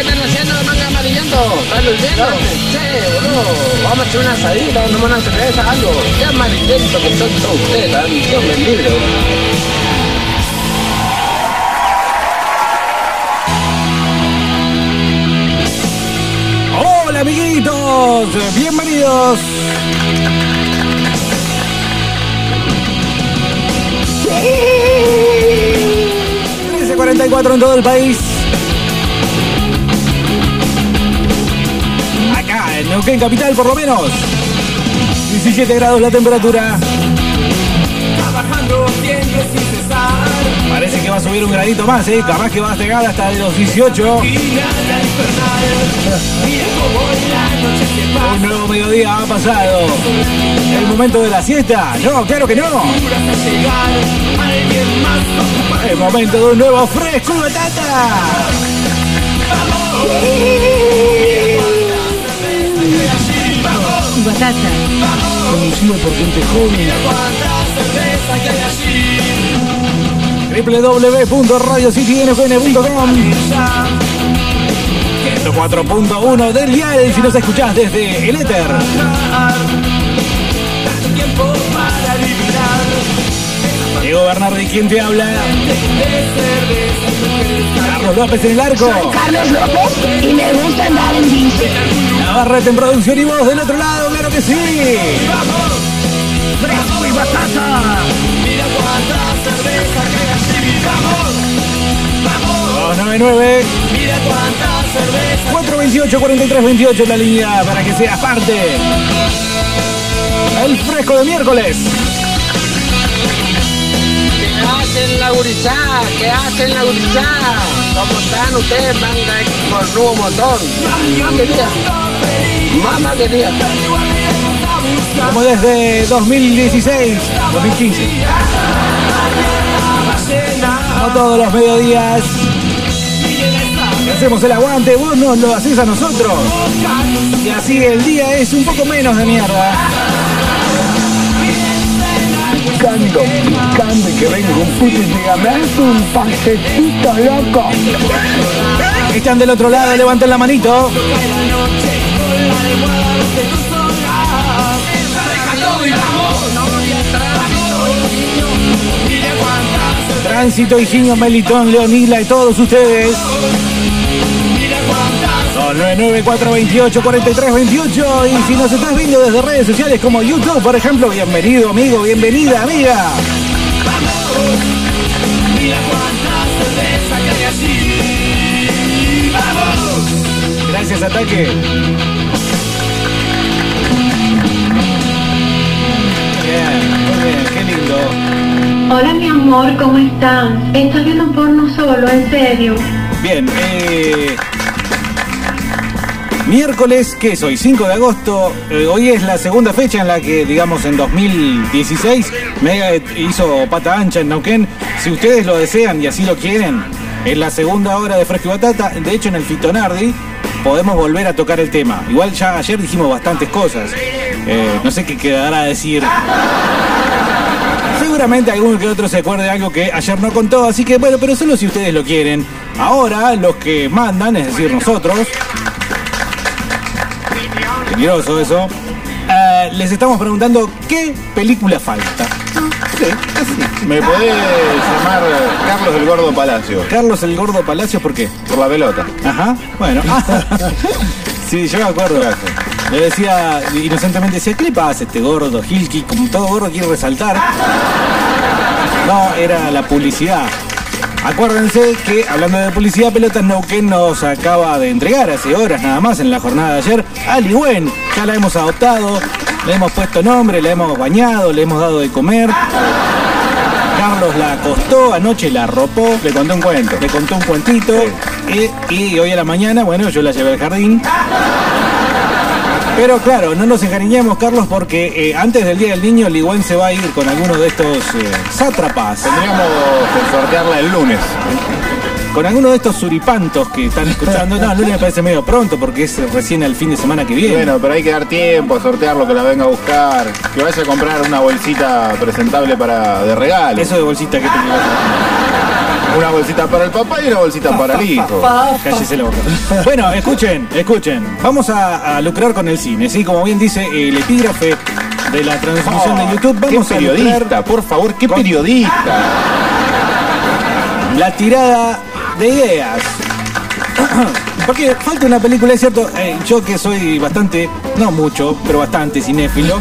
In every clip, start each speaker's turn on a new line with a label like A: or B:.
A: nos van amarillando. ¿Estás luciendo? Che, boludo. Vamos a hacer una asadita, tomar una cerveza, algo. Qué amarillento que son todos ustedes, la misión del libro.
B: Hola amiguitos, bienvenidos. ...13.44 en todo el país. Acá, en Neuquén Capital por lo menos. 17 grados la temperatura.
C: Trabajando siempre sin cesar
B: Parece que va a subir un gradito más, ¿eh? Capaz que va a llegar hasta los 18.
C: y nada infernal. Mira cómo la noche se va.
B: Un nuevo mediodía ha pasado. ¿El momento de la siesta? No, claro que no.
C: Duras a llegar. Alguien más ocupa.
B: El momento de un nuevo fresco de tata.
D: Batata.
B: Conducido por gente joven.
C: Cerveza que hay allí.
B: www.radiocityNFN.com 104.1 del dial si nos escuchás desde el éter.
C: Tiempo para liberar.
B: Diego Bernardi, ¿quién te habla? Carlos López en el arco.
E: Carlos López y me gusta andar en bici.
B: Navarrete en producción y vos del otro lado, claro que sí.
E: Fresco y batata.
C: Mira cuánta cerveza que hay allí. Vamos, vamos.
B: 299
C: Mira cuánta cerveza.
B: 428 4328 la línea para que seas parte. El fresco de miércoles.
A: ¿Qué hacen la gurizada? ¿Qué hacen la gurizada? ¿Cómo están ustedes, banda por nuevo motor? Mamá querida. Mamá querida.
B: Como desde 2016, 2015. No todos los mediodías. Le Hacemos el aguante, vos nos lo haces a nosotros. Y así el día es un poco menos de mierda.
F: picando, picando y que venga un puto y diga, me hace un pasecito loco.
B: Están del otro lado, levanten la manito. Tránsito, Higinio, Melitón, Leonila y todos ustedes. 299-428-4328 Y si nos estás viendo desde redes sociales como YouTube, por ejemplo, bienvenido amigo, bienvenida amiga. Gracias, ataque. Bien, muy bien, qué lindo.
G: Hola mi amor, ¿cómo están? ¿Estás viendo un porno solo? ¿En serio?
B: Bien, eh, miércoles, ¿qué es hoy? 5 de agosto. Eh, hoy es la segunda fecha en la que, digamos, en 2016 Mega eh, hizo pata ancha en Neuquén. Si ustedes lo desean y así lo quieren, en la segunda hora de Fresco y Batata, de hecho en el Fitonardi, podemos volver a tocar el tema. Igual ya ayer dijimos bastantes cosas. Eh, no sé qué quedará a decir. Seguramente alguno que otro se acuerde de algo que ayer no contó, así que bueno, pero solo si ustedes lo quieren. Ahora, los que mandan, es decir, nosotros, peligroso eso, eh, les estamos preguntando qué película falta. Sí, así.
H: Me podés llamar eh, Carlos del Gordo Palacio,
B: Carlos el Gordo Palacios, ¿por qué?
H: por la pelota.
B: Ajá, bueno. sí, yo me acuerdo. Le decía, inocentemente decía, ¿qué le pasa a este gordo Gil que como todo gordo quiere resaltar? No, era la publicidad. Acuérdense que, hablando de publicidad, Pelotas Neuquén nos acaba de entregar hace horas nada más en la jornada de ayer a Ligüen. Ya la hemos adoptado, le hemos puesto nombre, la hemos bañado, le hemos dado de comer. Carlos la acostó, anoche la arropó.
H: Le conté un cuento.
B: Le contó un cuentito y, y hoy a la mañana, bueno, yo la llevé al jardín. Pero claro, no nos encariñemos, Carlos, porque eh, antes del Día del Niño, Ligüen se va a ir con alguno de estos eh, sátrapas,
H: Tendríamos que sortearla el lunes.
B: con alguno de estos suripantos que están escuchando. No, el lunes me parece medio pronto porque es recién el fin de semana que viene.
H: Bueno, pero hay que dar tiempo a sortearlo, que la venga a buscar, que vaya a comprar una bolsita presentable para de regalo.
B: Eso de bolsita que te llevas.
H: Una bolsita para el papá y una bolsita para el hijo.
B: Cállese la boca. Bueno, escuchen, escuchen. Vamos a, a lucrar con el cine, ¿sí? Como bien dice el epígrafe de la transmisión de YouTube, vamos
H: Oh, qué
B: a lucrar
H: periodista, por favor, qué
B: Con-
H: periodista.
B: la tirada de ideas. Porque falta una película, es cierto, eh, yo que soy bastante, no mucho, pero bastante cinéfilo,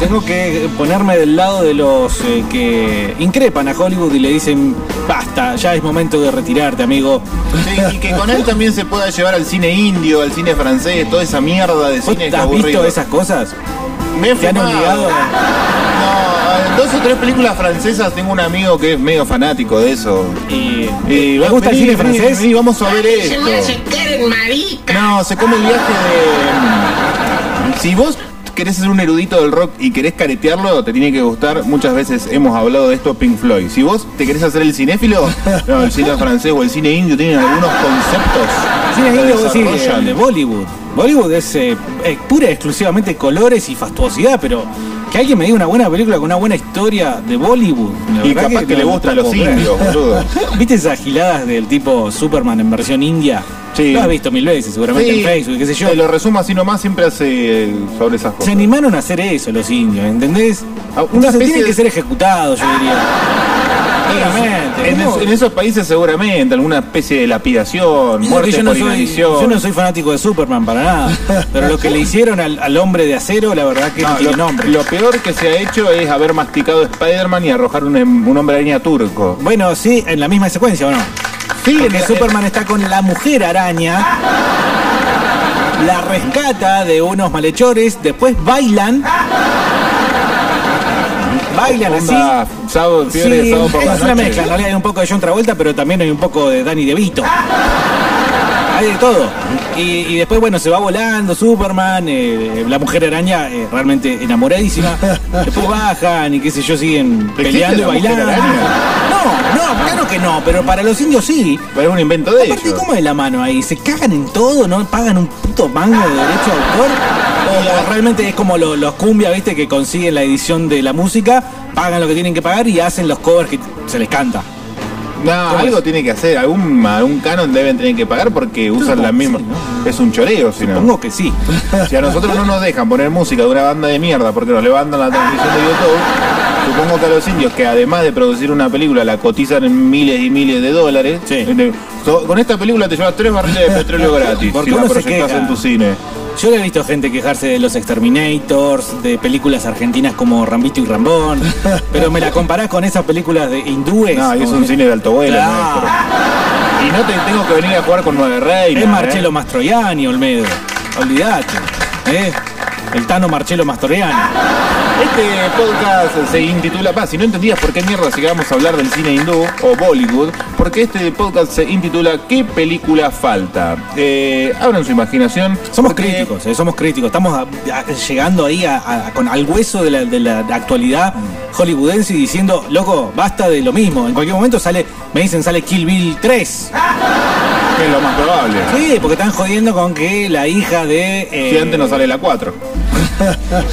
B: tengo que ponerme del lado de los eh, que increpan a Hollywood y le dicen, basta, ya es momento de retirarte, amigo.
H: Sí, y que con él también se pueda llevar al cine indio, al cine francés, toda esa mierda de
B: ¿Vos
H: cine que
B: has
H: aburrido.
B: visto esas cosas?
H: Me he
B: ¿Te han
H: fumado.
B: obligado?
H: No, eh, dos o tres películas francesas, tengo un amigo que es medio fanático de eso.
B: Y,
H: Y
B: ¿Me
H: va-
B: gusta el
H: Eh, vení,
B: cine
H: vení,
B: francés?
H: vení, vamos a ver
E: Señora,
H: esto.
E: se quieren, marica.
H: No, se come el viaje de... Si vos querés ser un erudito del rock y querés caretearlo, te tiene que gustar. Muchas veces hemos hablado de esto Pink Floyd. Si vos te querés hacer el cinéfilo, no, el cine francés o el cine indio tienen algunos conceptos.
B: Cine
H: que
B: indio, vos decís,
H: desarrollan.
B: el de Bollywood. Bollywood es eh, eh, pura y exclusivamente colores y fastuosidad, pero que alguien me diga una buena película con una buena historia de Bollywood. la
H: Y
B: verdad
H: capaz que,
B: no-
H: le
B: no
H: gustan
B: te lo
H: los
B: puedo creer.
H: indios, boludo.
B: ¿Viste esas giladas del tipo Superman en versión india?
H: Sí.
B: Lo has visto mil veces, seguramente
H: Sí,
B: en Facebook, qué sé yo.
H: Te lo resumo así nomás, siempre hace eh, sobre esas cosas.
B: Se animaron a hacer eso los indios, ¿entendés?
H: Ah, una
B: Entonces
H: especie
B: tienen que
H: de-
B: ser ejecutados, yo diría. Claramente.
H: En,
B: ¿cómo?
H: es- en esos países seguramente, alguna especie de lapidación,
B: Eso
H: muerte
B: que yo no,
H: por
B: soy,
H: inanición.
B: yo no soy fanático de Superman para nada, pero lo que le hicieron al, al hombre de acero, la verdad que no,
H: No,
B: tiene
H: lo,
B: nombre.
H: lo peor que se ha hecho es haber masticado Spider-Man y arrojar un, em- un hombre araña turco.
B: Bueno, sí, en la misma secuencia, ¿o no?
H: Sí,
B: Porque Superman está con la mujer araña, la rescata de unos malhechores, después bailan. Bailan así.
H: Onda, sábado,
B: Sí,
H: fiebre de sábado por la
B: es una
H: noche.
B: mezcla, en realidad hay un poco de John Travolta, pero también hay un poco de Danny DeVito. Hay de todo. Y, y después, bueno, se va volando Superman, eh, la mujer araña eh, realmente enamoradísima. Después bajan y qué sé yo, siguen
H: ¿Existe
B: peleando y
H: la mujer
B: bailando.
H: araña?
B: No, no, claro que no, pero para los indios sí.
H: Pero es un invento de
B: Aparte,
H: ellos.
B: ¿cómo es la mano ahí? ¿Se cagan en todo? ¿No pagan un puto mango de derecho de autor? O, o realmente es como lo- los cumbia, ¿viste? Que consiguen la edición de la música, pagan lo que tienen que pagar y hacen los covers que se les canta.
H: No,
B: ¿Cómo
H: algo
B: es?
H: tiene que hacer, algún, algún canon deben tener que pagar porque usan
B: Supongo
H: la
B: que
H: misma.
B: sí,
H: Es un choreo, si no.
B: Supongo que sí.
H: Si a nosotros no nos dejan poner música de una banda de mierda porque nos levantan la transmisión de YouTube, supongo que a los indios que además de producir una película la cotizan en miles y miles de dólares,
B: Sí.
H: eh, so- con esta película te llevas tres barriles de petróleo gratis
B: Porque
H: si la
B: uno se
H: proyectas
B: queja.
H: en tu cine.
B: Yo le he visto gente quejarse de los Exterminators, de películas argentinas como Rambito y Rambón, pero me la comparás con esas películas de hindúes.
H: No, y es
B: como-
H: un cine de alto vuelo.
B: Claro.
H: maestro. Y no te tengo que venir a jugar con Nueve Reina.
B: Es Marcelo
H: eh.
B: Mastroianni, Olmedo. Olvídate. ¿eh? El Tano Marcelo Mastroianni.
H: Este podcast se intitula, va, si no entendías por qué mierda llegamos a hablar del cine hindú o Bollywood, porque este podcast se intitula ¿Qué película falta? Eh, abran su imaginación.
B: Somos
H: porque
B: críticos, eh, somos críticos. Estamos a- a- llegando ahí a- a- con, al hueso de la, de la actualidad hollywoodense y diciendo, loco, basta de lo mismo. En cualquier momento sale, me dicen, sale Kill Bill 3.
H: Es lo más probable.
B: Sí, porque están jodiendo con que la hija de... eh,
H: Si antes no sale la 4.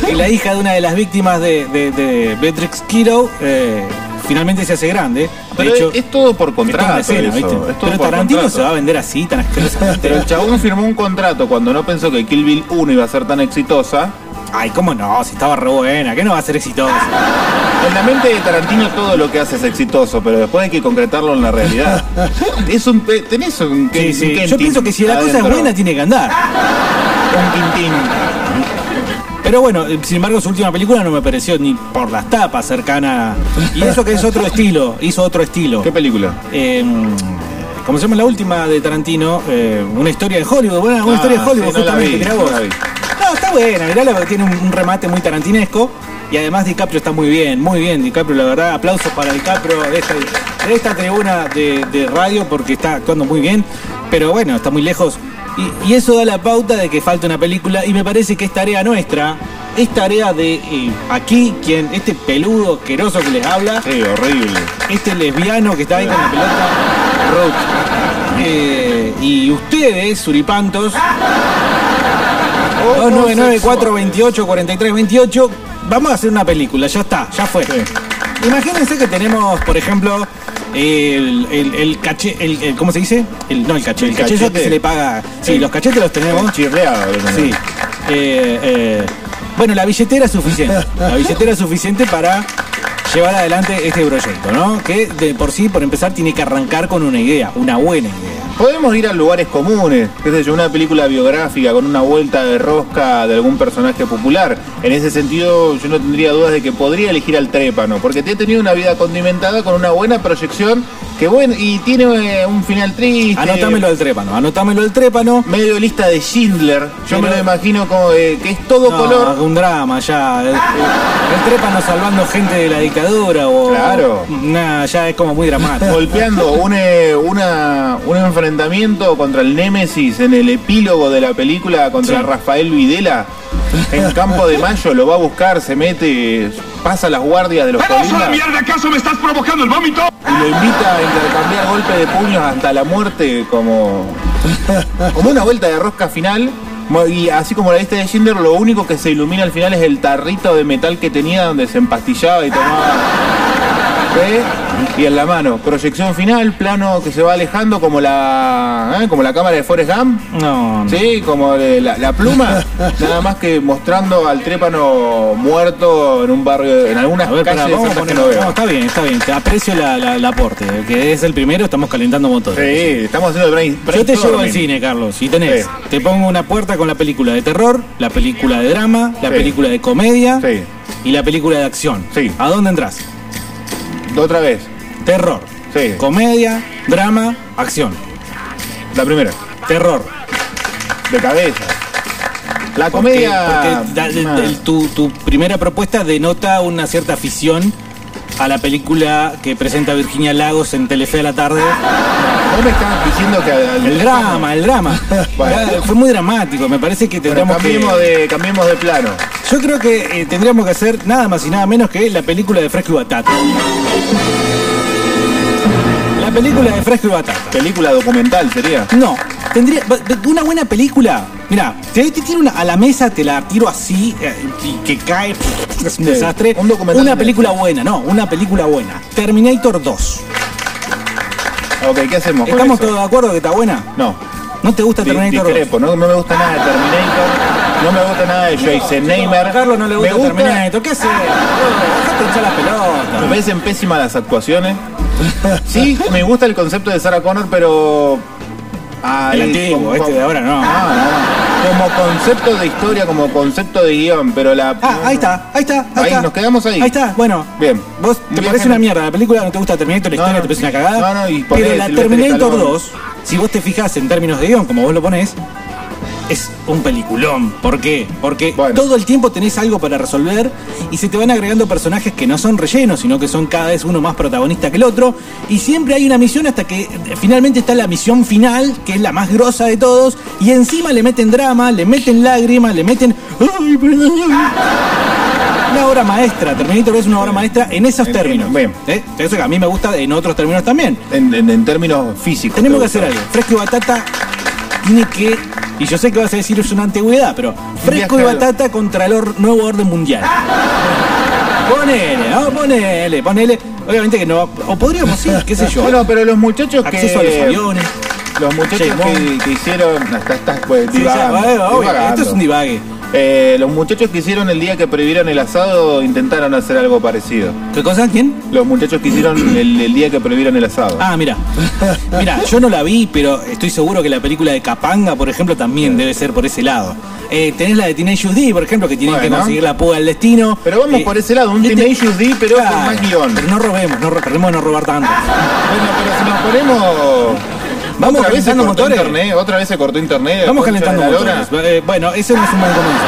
B: que la hija de una de las víctimas de, de, de Beatrix Kiddo eh, finalmente se hace grande. De
H: Pero
B: hecho,
H: es, es todo por
B: es toda
H: contrato.
B: una escena,
H: eso,
B: ¿viste?
H: es todo
B: Pero
H: por
B: Tarantino
H: contrato.
B: se va a vender así, tan asquerosamente.
H: Pero el chabón firmó un contrato cuando no pensó que Kill Bill 1 iba a ser tan exitosa.
B: Ay, cómo no, si estaba re buena, que no va a ser
H: Ah,
B: exitosa.
H: En la mente de Tarantino todo lo que hace es exitoso, pero después hay que concretarlo en la realidad. Es un, pe- tenés un,
B: Sí,
H: Ken-
B: sí.
H: un
B: Yo
H: Kentin
B: pienso que si la cosa es
H: adentro.
B: buena, tiene que andar.
H: un Quintín.
B: Pero bueno, eh, sin embargo, su última película no me pareció ni por las tapas cercana. Y eso que es otro estilo, hizo otro estilo.
H: ¿Qué película?
B: Eh, ¿Cómo se llama la última de Tarantino? Eh, una historia de Hollywood. Bueno, una
H: Ah,
B: historia de Hollywood,
H: sí, no la
B: justamente,
H: vi,
B: mirá
H: no
B: vos.
H: la vi.
B: No, está buena, mirá, la verdad, tiene un, un remate muy tarantinesco. Y además DiCaprio está muy bien, muy bien DiCaprio, la verdad. Aplausos para DiCaprio de esta, de esta tribuna de, de radio porque está actuando muy bien. Pero bueno, está muy lejos. Y, y eso da la pauta de que falta una película. Y me parece que es tarea nuestra. Es tarea de eh, aquí, quien, este peludo asqueroso que les habla,
H: Sí, horrible.
B: este lesbiano que está ahí con la pelota.
H: Roach.
B: Eh, y ustedes, Suripantos, Oh,
H: Homosexuales.
B: 299-428-4328, vamos a hacer una película, ya está, ya fue.
H: Sí.
B: Imagínense que tenemos, por ejemplo, el, el, el caché, el, el- ¿cómo se dice? El, no, el caché, el,
H: El
B: cachete
H: cachete.
B: se le paga. Sí,
H: El-
B: los cachetes los tenemos.
H: Chirreado. lo tenemos.
B: Sí. Eh, eh, bueno, la billetera es suficiente. La billetera es suficiente para llevar adelante este proyecto, ¿no? Que de por sí, por empezar, tiene que arrancar con una idea, una buena idea.
H: Podemos ir a lugares comunes, qué sé yo, una película biográfica con una vuelta de rosca de algún personaje popular. En ese sentido, yo no tendría dudas de que podría elegir al Trépano, porque te ha tenido una vida condimentada con una buena proyección que bueno, y tiene eh, un final triste.
B: Anotámelo al trépano, anotámelo al trépano.
H: Medio lista de Schindler. Yo
B: Pero-
H: me lo imagino como eh, que es todo
B: No,
H: color.
B: un drama ya. El, el trépano salvando gente de la dictadura o.
H: Claro.
B: Nah, ya es como muy dramático.
H: golpeando un, eh, una- un enfrentamiento contra el Némesis en el epílogo de la película contra
B: Sí.
H: Rafael Videla en Campo de Mayo, lo va a buscar, se mete, pasa las guardias de
C: Ah,
H: los colindas y
C: mierda! ¿Acaso me estás provocando el vómito?
H: lo invita a intercambiar golpes de puños hasta la muerte como, como una vuelta de rosca final. Mo- Y así como la lista de Schindler, lo único que se ilumina al final es el tarrito de metal que tenía donde se empastillaba y tomaba ¿Eh? Y en la mano, proyección final, plano que se va alejando como la ¿eh? como la cámara de Forrest Gump,
B: No, no.
H: ¿sí? Como de la, la pluma, nada más que mostrando al trépano muerto en un barrio, en algunas
B: A ver,
H: calles
B: pará,
H: de
B: vamos a
H: Santa Fe
B: poner-
H: que no veo.
B: no, está bien, está bien. Te aprecio la- la- el aporte. eh, Que es el primero, estamos calentando motores.
H: Sí, estamos haciendo el brain,
B: Yo te llevo al
H: brainstorming.
B: cine, Carlos, y tenés.
H: Sí.
B: Te pongo una puerta con la película de terror, la película de drama, la
H: Sí.
B: película de comedia
H: Sí.
B: y la película de acción.
H: Sí.
B: ¿A dónde entras?
H: Otra vez,
B: Terror,
H: Sí.
B: comedia, drama, acción.
H: la primera,
B: Terror.
H: de cabeza.
B: Porque-
H: La comedia.
B: porque da- el-
H: Ah.
B: el- tu, tu primera propuesta denota una cierta afición a la película que presenta Virginia Lagos en Telefe a la tarde.
H: Vos me estás diciendo que al- al-
B: El drama, el drama.
H: Bueno.
B: Ya, Fue muy dramático, me parece que
H: Bueno,
B: tendríamos que...
H: cambiemos, de, cambiemos de plano.
B: Yo creo que eh, tendríamos que hacer nada más y nada menos que la película de Fresco y Batata. La película de Fresco y Batata.
H: Película documental sería.
B: No, tendría ba- ba- una buena película. Mira, te, te tiro una a la mesa, te la tiro así eh, y que cae, es un
H: Sí,
B: desastre.
H: un documental
B: una
H: de
B: película buena, no, una película buena. Terminator 2.
H: Ok, ¿qué hacemos? con
B: ¿Estamos
H: eso?
B: todos de acuerdo que está buena?
H: No.
B: ¿No te gusta
H: Di-
B: Terminator 2?
H: discrepo, no, no me gusta nada de Terminator, no me gusta nada de Jason Neymar.
B: A Carlos no le gusta,
H: me gusta,
B: Terminator. ¿Qué hace? Déjate echar la pelota.
H: Me parecen pésimas las actuaciones. Sí, me gusta el concepto de Sarah Connor, pero. ah,
B: El
H: es
B: antiguo,
H: como-
B: este de ahora no.
H: Ah, no. Como concepto de historia, como concepto de guión, pero la.
B: Ah, ahí está, ahí está, ahí,
H: Ahí,
B: está.
H: nos quedamos ahí.
B: Ahí está, bueno.
H: Bien.
B: Vos
H: Un
B: te
H: viaje
B: parece
H: en-
B: una mierda, la película no te gusta Terminator, la
H: No,
B: historia
H: no.
B: te parece una cagada.
H: No, no, y ponés
B: pero la
H: Silvestre
B: Terminator
H: Stallone.
B: 2, si vos te fijas en términos de guión, como vos lo ponés, es un peliculón. ¿Por qué? Porque
H: Bueno.
B: todo el tiempo tenés algo para resolver y se te van agregando personajes que no son rellenos, sino que son cada vez uno más protagonista que el otro. Y siempre hay una misión hasta que eh, finalmente está la misión final, que es la más grosa de todos. Y encima le meten drama, le meten lágrimas, le meten... ¡Ay, perdón! Una obra maestra, Terminator es una obra maestra en esos
H: Entiendo,
B: términos.
H: bien.
B: ¿Eh? Eso que a mí me gusta en otros términos también.
H: En, en- en términos físicos.
B: Tenemos
H: te
B: que
H: gusta.
B: hacer algo. Fresco y Batata tiene que. Y yo sé que vas a decir es una antigüedad, pero Fresco y
H: viaje al-
B: Batata contra el or- nuevo orden mundial. Ponele, ¿no? ponele, ponele. Obviamente que no. O podríamos ir, qué sé yo.
H: Bueno, pero los muchachos que.
B: Acceso a los aviones.
H: Los muchachos
B: James Bond.
H: que, que hicieron. Hasta estás pues,
B: Sí, ya,
H: divagando,
B: bueno, obvio,
H: divagando.
B: esto es un divague.
H: Eh, los muchachos que hicieron el día que prohibieron el asado intentaron hacer algo parecido.
B: ¿Qué cosa? ¿Quién?
H: Los muchachos que hicieron el, el día que prohibieron el asado.
B: Ah, mira. Mira, yo no la vi, pero estoy seguro que la película de Capanga, por ejemplo, también debe ser por ese lado. Eh, tenés la de Teenage D, por ejemplo, que tienen que
H: Bueno.
B: conseguir la puga del destino.
H: Pero vamos
B: Eh,
H: por ese lado, un
B: este-
H: Teenage D, pero
B: Claro,
H: con más guión.
B: Pero no robemos, no ro- tratemos de no robar tanto.
H: Bueno, pero si nos ponemos.
B: Vamos
H: otra vez se
B: calentando
H: cortó
B: motores.
H: internet, otra vez se cortó internet.
B: Vamos
H: la concha
B: calentando
H: de la lora.
B: motores. Eh, bueno, ese no es un buen comienzo.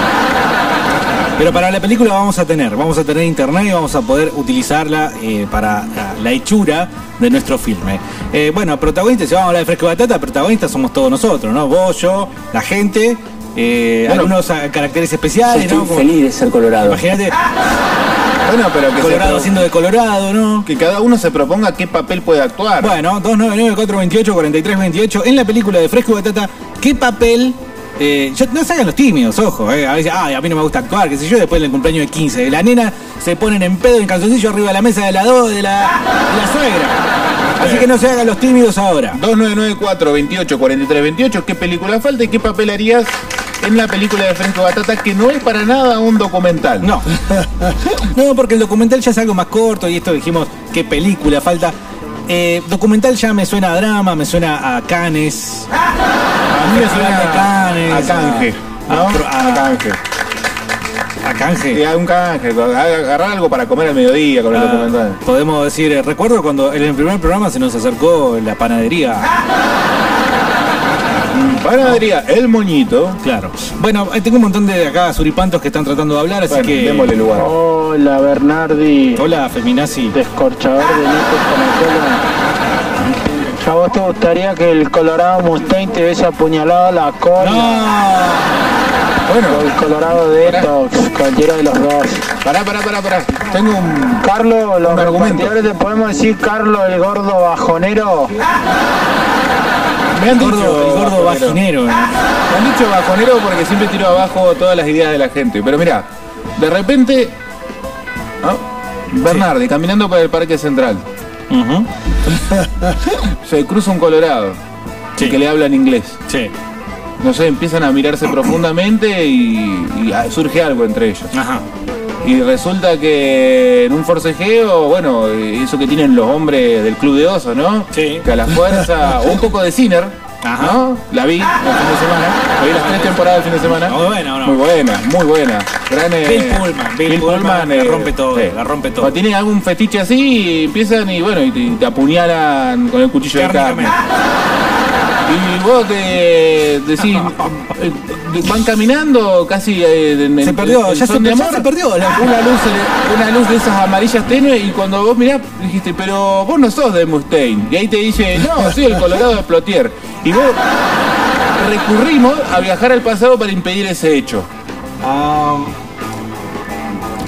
B: Pero para la película vamos a tener, vamos a tener internet y vamos a poder utilizarla eh, para la, la hechura de nuestro filme. Eh, bueno, protagonistas, si vamos a hablar de Fresco y Batata, protagonistas somos todos nosotros, ¿no? Vos, yo, la gente, eh,
H: Bueno.
B: algunos ah, caracteres especiales, ¿no? Como-
D: de ser colorado.
B: Imagínate,
H: Bueno, pero que, se
B: Colorado
H: pro-
B: siendo de Colorado, ¿no?
H: que cada uno se proponga qué papel puede actuar.
B: Bueno, 299-428-4328 en la película de Fresco y Batata, ¿qué papel? eh, yo- no salgan los tímidos, ojo, eh, a veces, ay, a mí no me gusta actuar, qué sé yo, después del cumpleaños de 15. La nena se ponen en pedo en calzoncillo arriba de la mesa de la do, de la, de la suegra. Así que no se hagan los tímidos ahora.
H: 2994 28 43 28 ¿Qué película falta y qué papel harías en la película de Fresco Batata que no es para nada un documental?
B: No. No, porque el documental ya es algo más corto y esto dijimos qué película falta. Eh, documental ya me suena a drama, me suena a canes.
H: a mí me suena a canje. A canje. ¿no?
B: A-
H: A canje.
B: A canje.
H: Sí, a un canje. Agarrar algo para comer al mediodía con el
B: Ah,
H: documental.
B: podemos decir, eh, recuerdo cuando en el primer programa se nos acercó la panadería.
H: Panadería El Moñito.
B: Claro. Bueno, eh, tengo un montón de acá suripantos que están tratando de hablar, así
H: Bueno,
B: que. Oh.
H: démosle lugar.
D: Hola Bernardi,
B: Hola, feminazi.
D: descorchador de nietos con el cola. ¿A vos te gustaría que el Colorado Mustang te hubiese apuñalado la cola?
B: No.
D: O
H: Bueno,
D: el Colorado Detox, cualquiera de los dos.
H: pará, pará, pará, pará. Tengo un.
D: Carlos, los
H: Un argumento.
D: repartidores te podemos decir Carlos el gordo bajonero.
H: Me
B: El
H: han dicho.
B: gordo, el gordo
H: bajonero.
B: vaginero. eh. ¿no?
H: Me han dicho bajonero porque siempre tiro abajo todas las ideas de la gente. Pero mira, de repente. ¿no? Bernardi, caminando por el Parque Central,
B: Ujú.
H: se cruza un colorado
B: Sí.
H: que le habla en inglés.
B: Sí.
H: No sé, empiezan a mirarse profundamente y, y, ah, surge algo entre ellos.
B: Ajá.
H: Y resulta que en un forcejeo, bueno, eso que tienen los hombres del club de osos, ¿no?
B: Sí.
H: Que a la fuerza, o un poco de Sinner,
B: Ajá.
H: ¿no? La vi el fin de semana, la vi las tres temporadas el fin de semana.
B: Muy buena, ¿o no?
H: Muy buena, muy buena. Gran, eh,
B: Bill Pullman, Bill Pullman, la rompe todo, la rompe todo.
H: Cuando tienen algún fetiche así, empiezan y bueno, y te, y te apuñalan con el cuchillo de carne.
B: Térmicamente.
H: Y vos te decís, eh, van caminando casi eh, en-
B: Se
H: en-
B: perdió,
H: en
B: ya
H: son
B: se,
H: de
B: ya
H: amor.
B: se perdió. la-
H: Una luz, eh, una luz de esas amarillas tenues y cuando vos mirás dijiste, pero vos no sos de Mustaine. Y ahí te dice, no, soy el Colorado de Plotier. Y vos recurrimos a viajar al pasado para impedir ese hecho. Ah,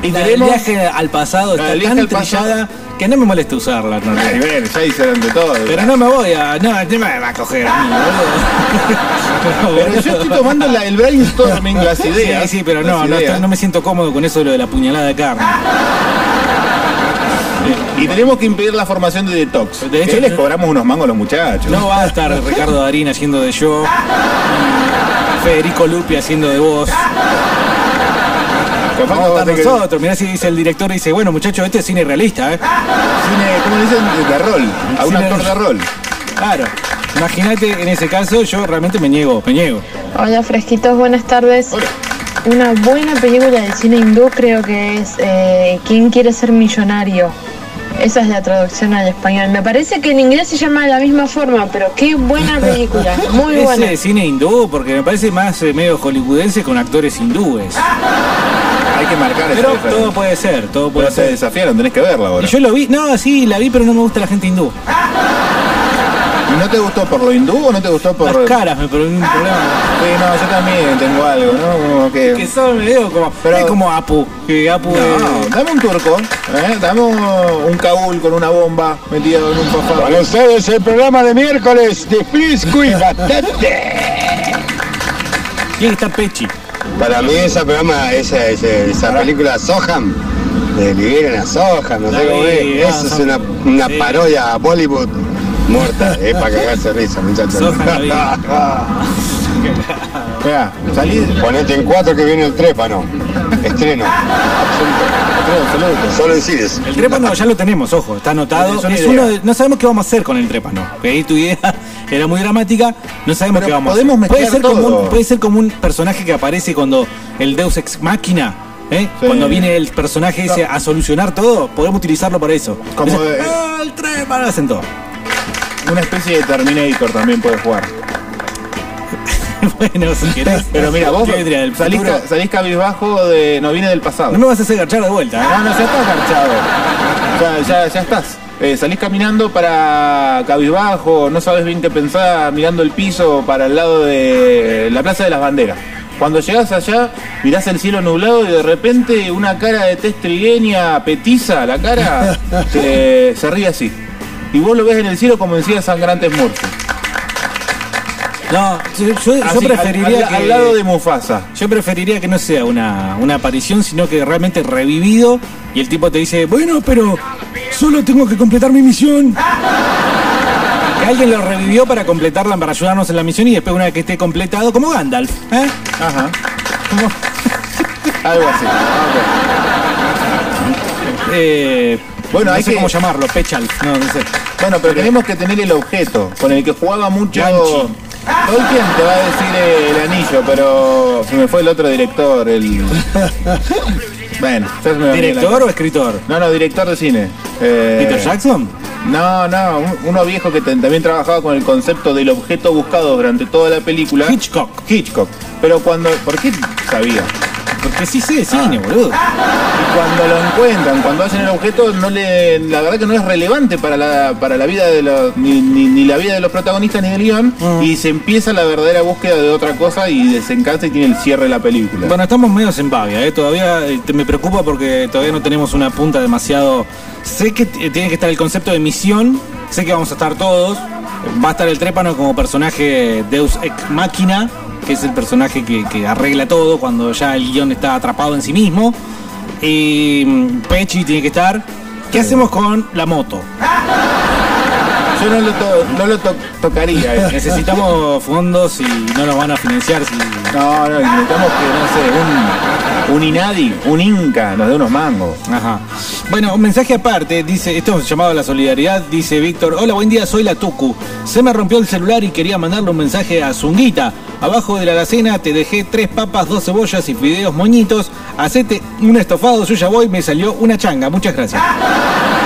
H: y
B: la- el
H: tenemos-
B: viaje al pasado
H: La
B: está
H: del viaje
B: tan
H: al pasado.
B: trillada que no me molesta usarla. no, no.
H: Ay, bueno, ya hicieron de todo.
B: Pero no me voy a. No, no me va a coger a mí, boludo.
H: Pero yo estoy tomando la- el brainstorming, las ideas.
B: Sí, sí, pero no,
H: las
B: no,
H: ideas.
B: estoy- no me siento cómodo con eso de lo de la puñalada de carne.
H: Y tenemos que impedir la formación de detox.
B: De hecho,
H: Que les
B: no-
H: cobramos unos mangos a los muchachos.
B: No va a estar Ricardo Darín haciendo de yo, y Federico Lupi haciendo de vos.
H: Capaz que
B: Vamos a
H: vos
B: estar
H: tenés que-
B: nosotros. Mirá si dice el director, dice, bueno muchachos, este es cine realista, ¿eh?
H: Cine, ¿cómo le dicen? De rol. A un
B: Cine-
H: actor de rol.
B: Claro. Imagínate, en ese caso, yo realmente me niego, me niego.
I: Hola fresquitos, buenas tardes.
H: Hola.
I: Una buena película del cine hindú creo que es eh, ¿Quién quiere ser millonario? Esa es la traducción al español. Me parece que en inglés se llama de la misma forma, pero qué buena película, muy
B: Ese
I: buena.
B: cine hindú, porque me parece más eh, medio hollywoodense con actores hindúes.
H: Hay que marcar ese
B: Pero
H: diferencia.
B: todo puede ser, todo puede
H: Pero se
B: ser.
H: desafiaron, tenés que verla
B: Y
H: ahora.
B: yo lo vi, no, sí, la vi, pero no me gusta la gente hindú.
H: ¿Y no te gustó por lo hindú o no te gustó por...?
B: Las caras me ponen un problema.
H: Sí, no, yo también tengo algo, ¿no? Como que-
B: Que son medio como,
H: Pero-
B: es como Apu, que Apu
H: No,
B: eh,
H: dame un turco, ¿eh? dame un, un cabul con una bomba metido en un
F: Con
H: fafá.
F: ustedes el programa de miércoles de Frisco y Batete.
B: ¿Quién está Pechi?
J: Para mí ese programa, esa, esa, esa película Soham, de vivir en la Soham, no
B: La
J: sé cómo
B: vi,
J: es, eso es
B: Soham.
J: una, una
B: Sí.
J: parodia a Bollywood muerta, es para cagarse risa, muchachos.
B: Soham la
H: Mirá, salí del
J: Ponete en cuatro que viene el trépano, estreno,
H: otro, absoluto.
J: solo en cines.
B: El trépano ya lo tenemos, ojo, está anotado.
H: Es una
B: Es
H: idea.
B: uno de- no sabemos qué vamos a hacer con el trépano. Pedí tu idea, era muy dramática, no sabemos
H: Pero
B: qué vamos
H: podemos
B: a hacer. Puede
H: mezclar
B: ser, como
H: todo.
B: un, puede ser como un personaje que aparece cuando el Deus Ex Máquina, ¿eh?
H: Sí.
B: cuando viene el personaje ese a solucionar todo, podemos utilizarlo para eso.
H: Como
B: Dicen,
H: de-
B: "Ah, el trépano, hacen todo.
H: Una especie de Terminator también puedes jugar.
B: bueno, si querés.
H: Pero mira, vos
B: ¿Qué vendría del
H: salís,
B: futuro?
H: ca- salís cabizbajo de... no viene del pasado.
B: No me vas a hacer garchar de vuelta, ¿eh?
H: No, no, ya estás garchado. Ya, ya, ya estás. Eh, salís caminando para cabizbajo, no sabes bien qué pensar, mirando el piso para el lado de la Plaza de las Banderas. Cuando llegas allá, mirás el cielo nublado y de repente una cara de tez trigueña, petiza, la cara, se, se ríe así. Y vos lo ves en el cielo como decía Sangrantes Murphy.
B: No, yo, yo- yo
H: Así, Ah, al-
B: preferiría
H: al,
B: que...
H: al lado de Mufasa.
B: Yo preferiría que no sea una, una aparición, sino que realmente revivido y el tipo te dice, bueno, pero solo tengo que completar mi misión. Que alguien lo revivió para completarla, para ayudarnos en la misión y después una vez que esté completado, como Gandalf. ¿eh?
H: Ajá. Algo así.
B: Eh,
H: Bueno,
B: no
H: hay
B: sé
H: que-
B: cómo llamarlo, Pechal. No, no sé.
H: Bueno, pero tenemos que tener el objeto con el que jugaba mucho. Tolkien te va a decir eh, el anillo, pero se me fue el otro director, el. Bueno, ya se me va a venir la Eh.
B: ¿Director o escritor?
H: No, no, director de cine. Eh,
B: ¿Peter Jackson?
H: No, no, un- uno viejo que te- también trabajaba con el concepto del objeto buscado durante toda la película.
B: Hitchcock.
H: Hitchcock. Pero cuando. ¿Por qué sabía?
B: Porque sí sé de
H: Ah.
B: cine, boludo.
H: Y cuando lo encuentran, cuando hacen el objeto, no le, la verdad que no es relevante para la, para la vida de los, ni, ni- ni la vida de los protagonistas ni del guión.
B: Ah.
H: Y se empieza la verdadera búsqueda de otra cosa y desencansa y tiene el cierre de la película.
B: Bueno, estamos medio en babia, ¿eh? todavía eh, te- me preocupa porque todavía no tenemos una punta demasiado... Sé que t- eh, tiene que estar el concepto de misión, sé que vamos a estar todos, va a estar el Trépano como personaje Deus Ex Machina, que es el personaje que, que arregla todo cuando ya el guión está atrapado en sí mismo, y mm, Pechi tiene que estar. ¿Qué hacemos con la moto?
H: Yo no lo, to- no lo to- tocaría. eh.
B: Necesitamos fondos y no nos van a financiar si...
H: No, no, necesitamos que, no sé, un, un Inadi, un Inca, nos dé unos mangos.
B: Ajá. Bueno, un mensaje aparte, dice, esto es llamado a la solidaridad, dice Víctor, hola, buen día, soy la Tucu. Se me rompió el celular y quería mandarle un mensaje a Zunguita. Abajo de la alacena te dejé tres papas, dos cebollas y fideos moñitos. Hacete un estofado, yo ya voy, me salió una changa. Muchas gracias.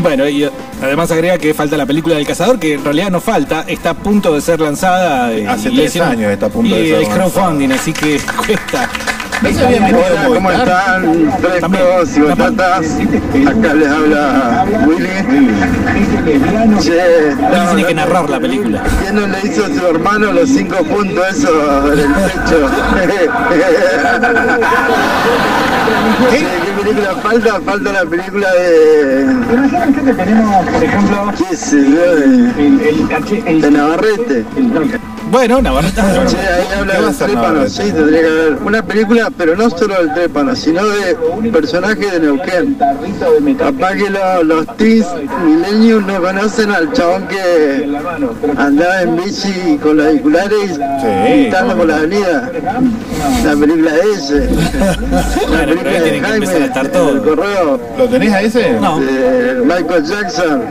B: Bueno, y eh, además agrega que falta la película del cazador, que en realidad no falta, está a punto de ser lanzada. eh,
H: Hace
B: y
H: tres
B: hicieron-
H: años está a punto de
B: y
H: ser
B: el
H: lanzada.
B: crowdfunding, así que cuesta.
H: No se había metido
J: Hola,
H: como
J: ¿cómo
H: tal.
J: están? Frescos y batatas. Acá les habla Willy. Che,
B: Alguien
J: estaba
B: tiene que narrar la película.
J: ¿Quién no le hizo a su hermano los cinco puntos esos en el pecho? ¿Qué? ¿Qué película falta? Falta la película de...
F: que tenemos, por ejemplo,
J: ¿Qué sé yo? De,
F: el, el,
J: de Navarrete.
B: Bueno, Navarrete.
J: Che, ahí habla
H: ¿Qué va a
J: del
H: hacer
J: trépano,
H: Navarrete?
J: sí, tendría que haber una película, pero no solo del trépano, sino de personaje de Neuquén. Capaz que lo- los teens millennials no conocen al chabón que andaba en bici con los auriculares
H: Sí,
J: pintando por la avenida. La película de ese.
B: Bueno, pero
J: La
B: ahí
J: película de
B: tienen que empezar a
J: Jaime,
B: estar
J: el
B: todos.
J: correo
H: ¿Lo tenés a ese?
B: No.
J: de Michael Jackson,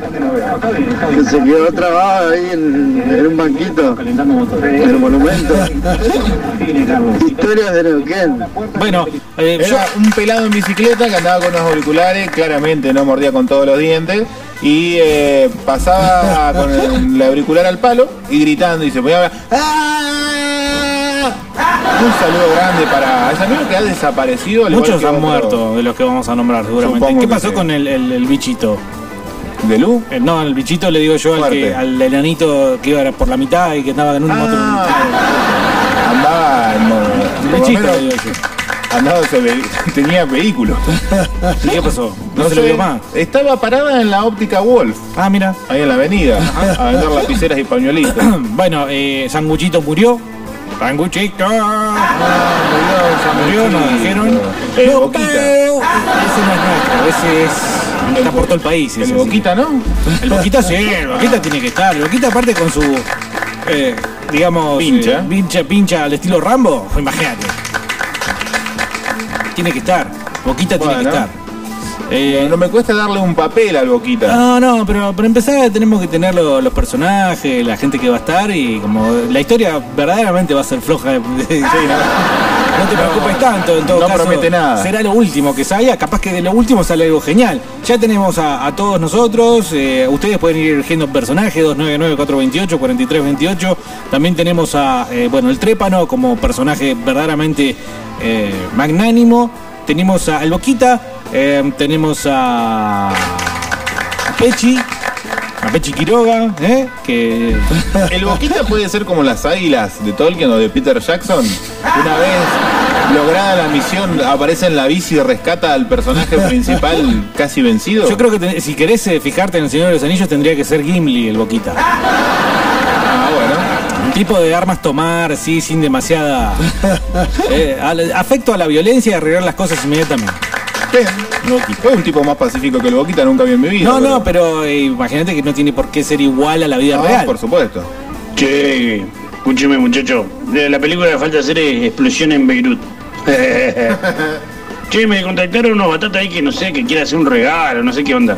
J: que se quedó trabado ahí en, en un banquito del monumento. Historias de Neuquén.
B: Bueno, eh, yo-
H: Era un pelado en bicicleta que andaba con unos auriculares, claramente no mordía con todos los dientes, y eh, pasaba con el, el auricular al palo y gritando y se ponía a hablar. ¡Ah! Un saludo grande para ese amigo que ha desaparecido. al igual
B: Muchos
H: que
B: han
H: otro.
B: muerto de los que vamos a nombrar seguramente.
H: Supongo
B: ¿Qué
H: que
B: pasó
H: sí.
B: con el, el- el bichito?
H: ¿De luz?
B: Eh, no, el bichito le digo yo al,
H: Fuerte.
B: que, al enanito que iba por la mitad y que estaba en un
H: Ah,
B: motor.
H: andaba en modo- por lo
B: Bichito le
H: menos
B: digo yo.
H: andaba ese ve- tenía vehículo.
B: ¿Y qué pasó? No, se lo
H: sé,
B: vio más.
H: Estaba parada en la óptica Wolf,
B: Ah, mira.
H: ahí en la avenida, a vender lapiceras y pañuelitos.
B: Bueno, eh, Sanguchito murió. Sanguchito. murió, nos dijeron.
H: Eh,
B: ¡Lo
H: Boquita.
B: veo! Ese no es nuestro, ese es. Está por todo el país.
H: El
B: ese, así que-
H: boquita, ¿no?
B: El Boquita sí, el Boquita tiene que estar. El Boquita aparte con su, eh, digamos,
H: Pincha.
B: eh, pincha, pincha al estilo Rambo, pues imagínate. Tiene que estar. Boquita tiene
H: Bueno.
B: que estar. Eh,
H: No me cuesta darle un papel al boquita.
B: no, no, pero para empezar tenemos que tener lo- los personajes, la gente que va a estar y como la historia verdaderamente va a ser floja. de- de- no. te preocupes tanto, en todo
H: No
B: caso.
H: promete nada.
B: Será lo último que salga, capaz que de lo último sale algo genial. Ya tenemos a, a todos nosotros, eh, ustedes pueden ir eligiendo personajes, 299-428-4328. También tenemos a, eh, bueno, el Trépano como personaje verdaderamente eh, magnánimo. Tenemos a El Boquita, eh, tenemos a... A Pechi, a Pechi Quiroga, ¿eh? que
H: El boquita puede ser como las águilas de Tolkien o de Peter Jackson. Una vez lograda la misión, aparece en la bici y rescata al personaje principal casi vencido.
B: yo creo que te- si querés eh, fijarte en el Señor de los Anillos tendría que ser Gimli el Boquita.
H: Ah, bueno.
B: Un tipo de armas tomar, sí, sin demasiada... eh, al- afecto a la violencia y arreglar las cosas inmediatamente.
H: usted. Fue un tipo más pacífico que el Boquita, nunca vi en mi vida.
B: No, no, pero eh, imagínate que no tiene por qué ser igual a la vida
H: No,
B: real.
H: por supuesto.
K: Che, escúcheme muchacho. De la película que falta hacer es Explosión en Beirut. che, me contactaron unos batatas ahí que no sé, que quiere hacer un regalo, no sé qué onda.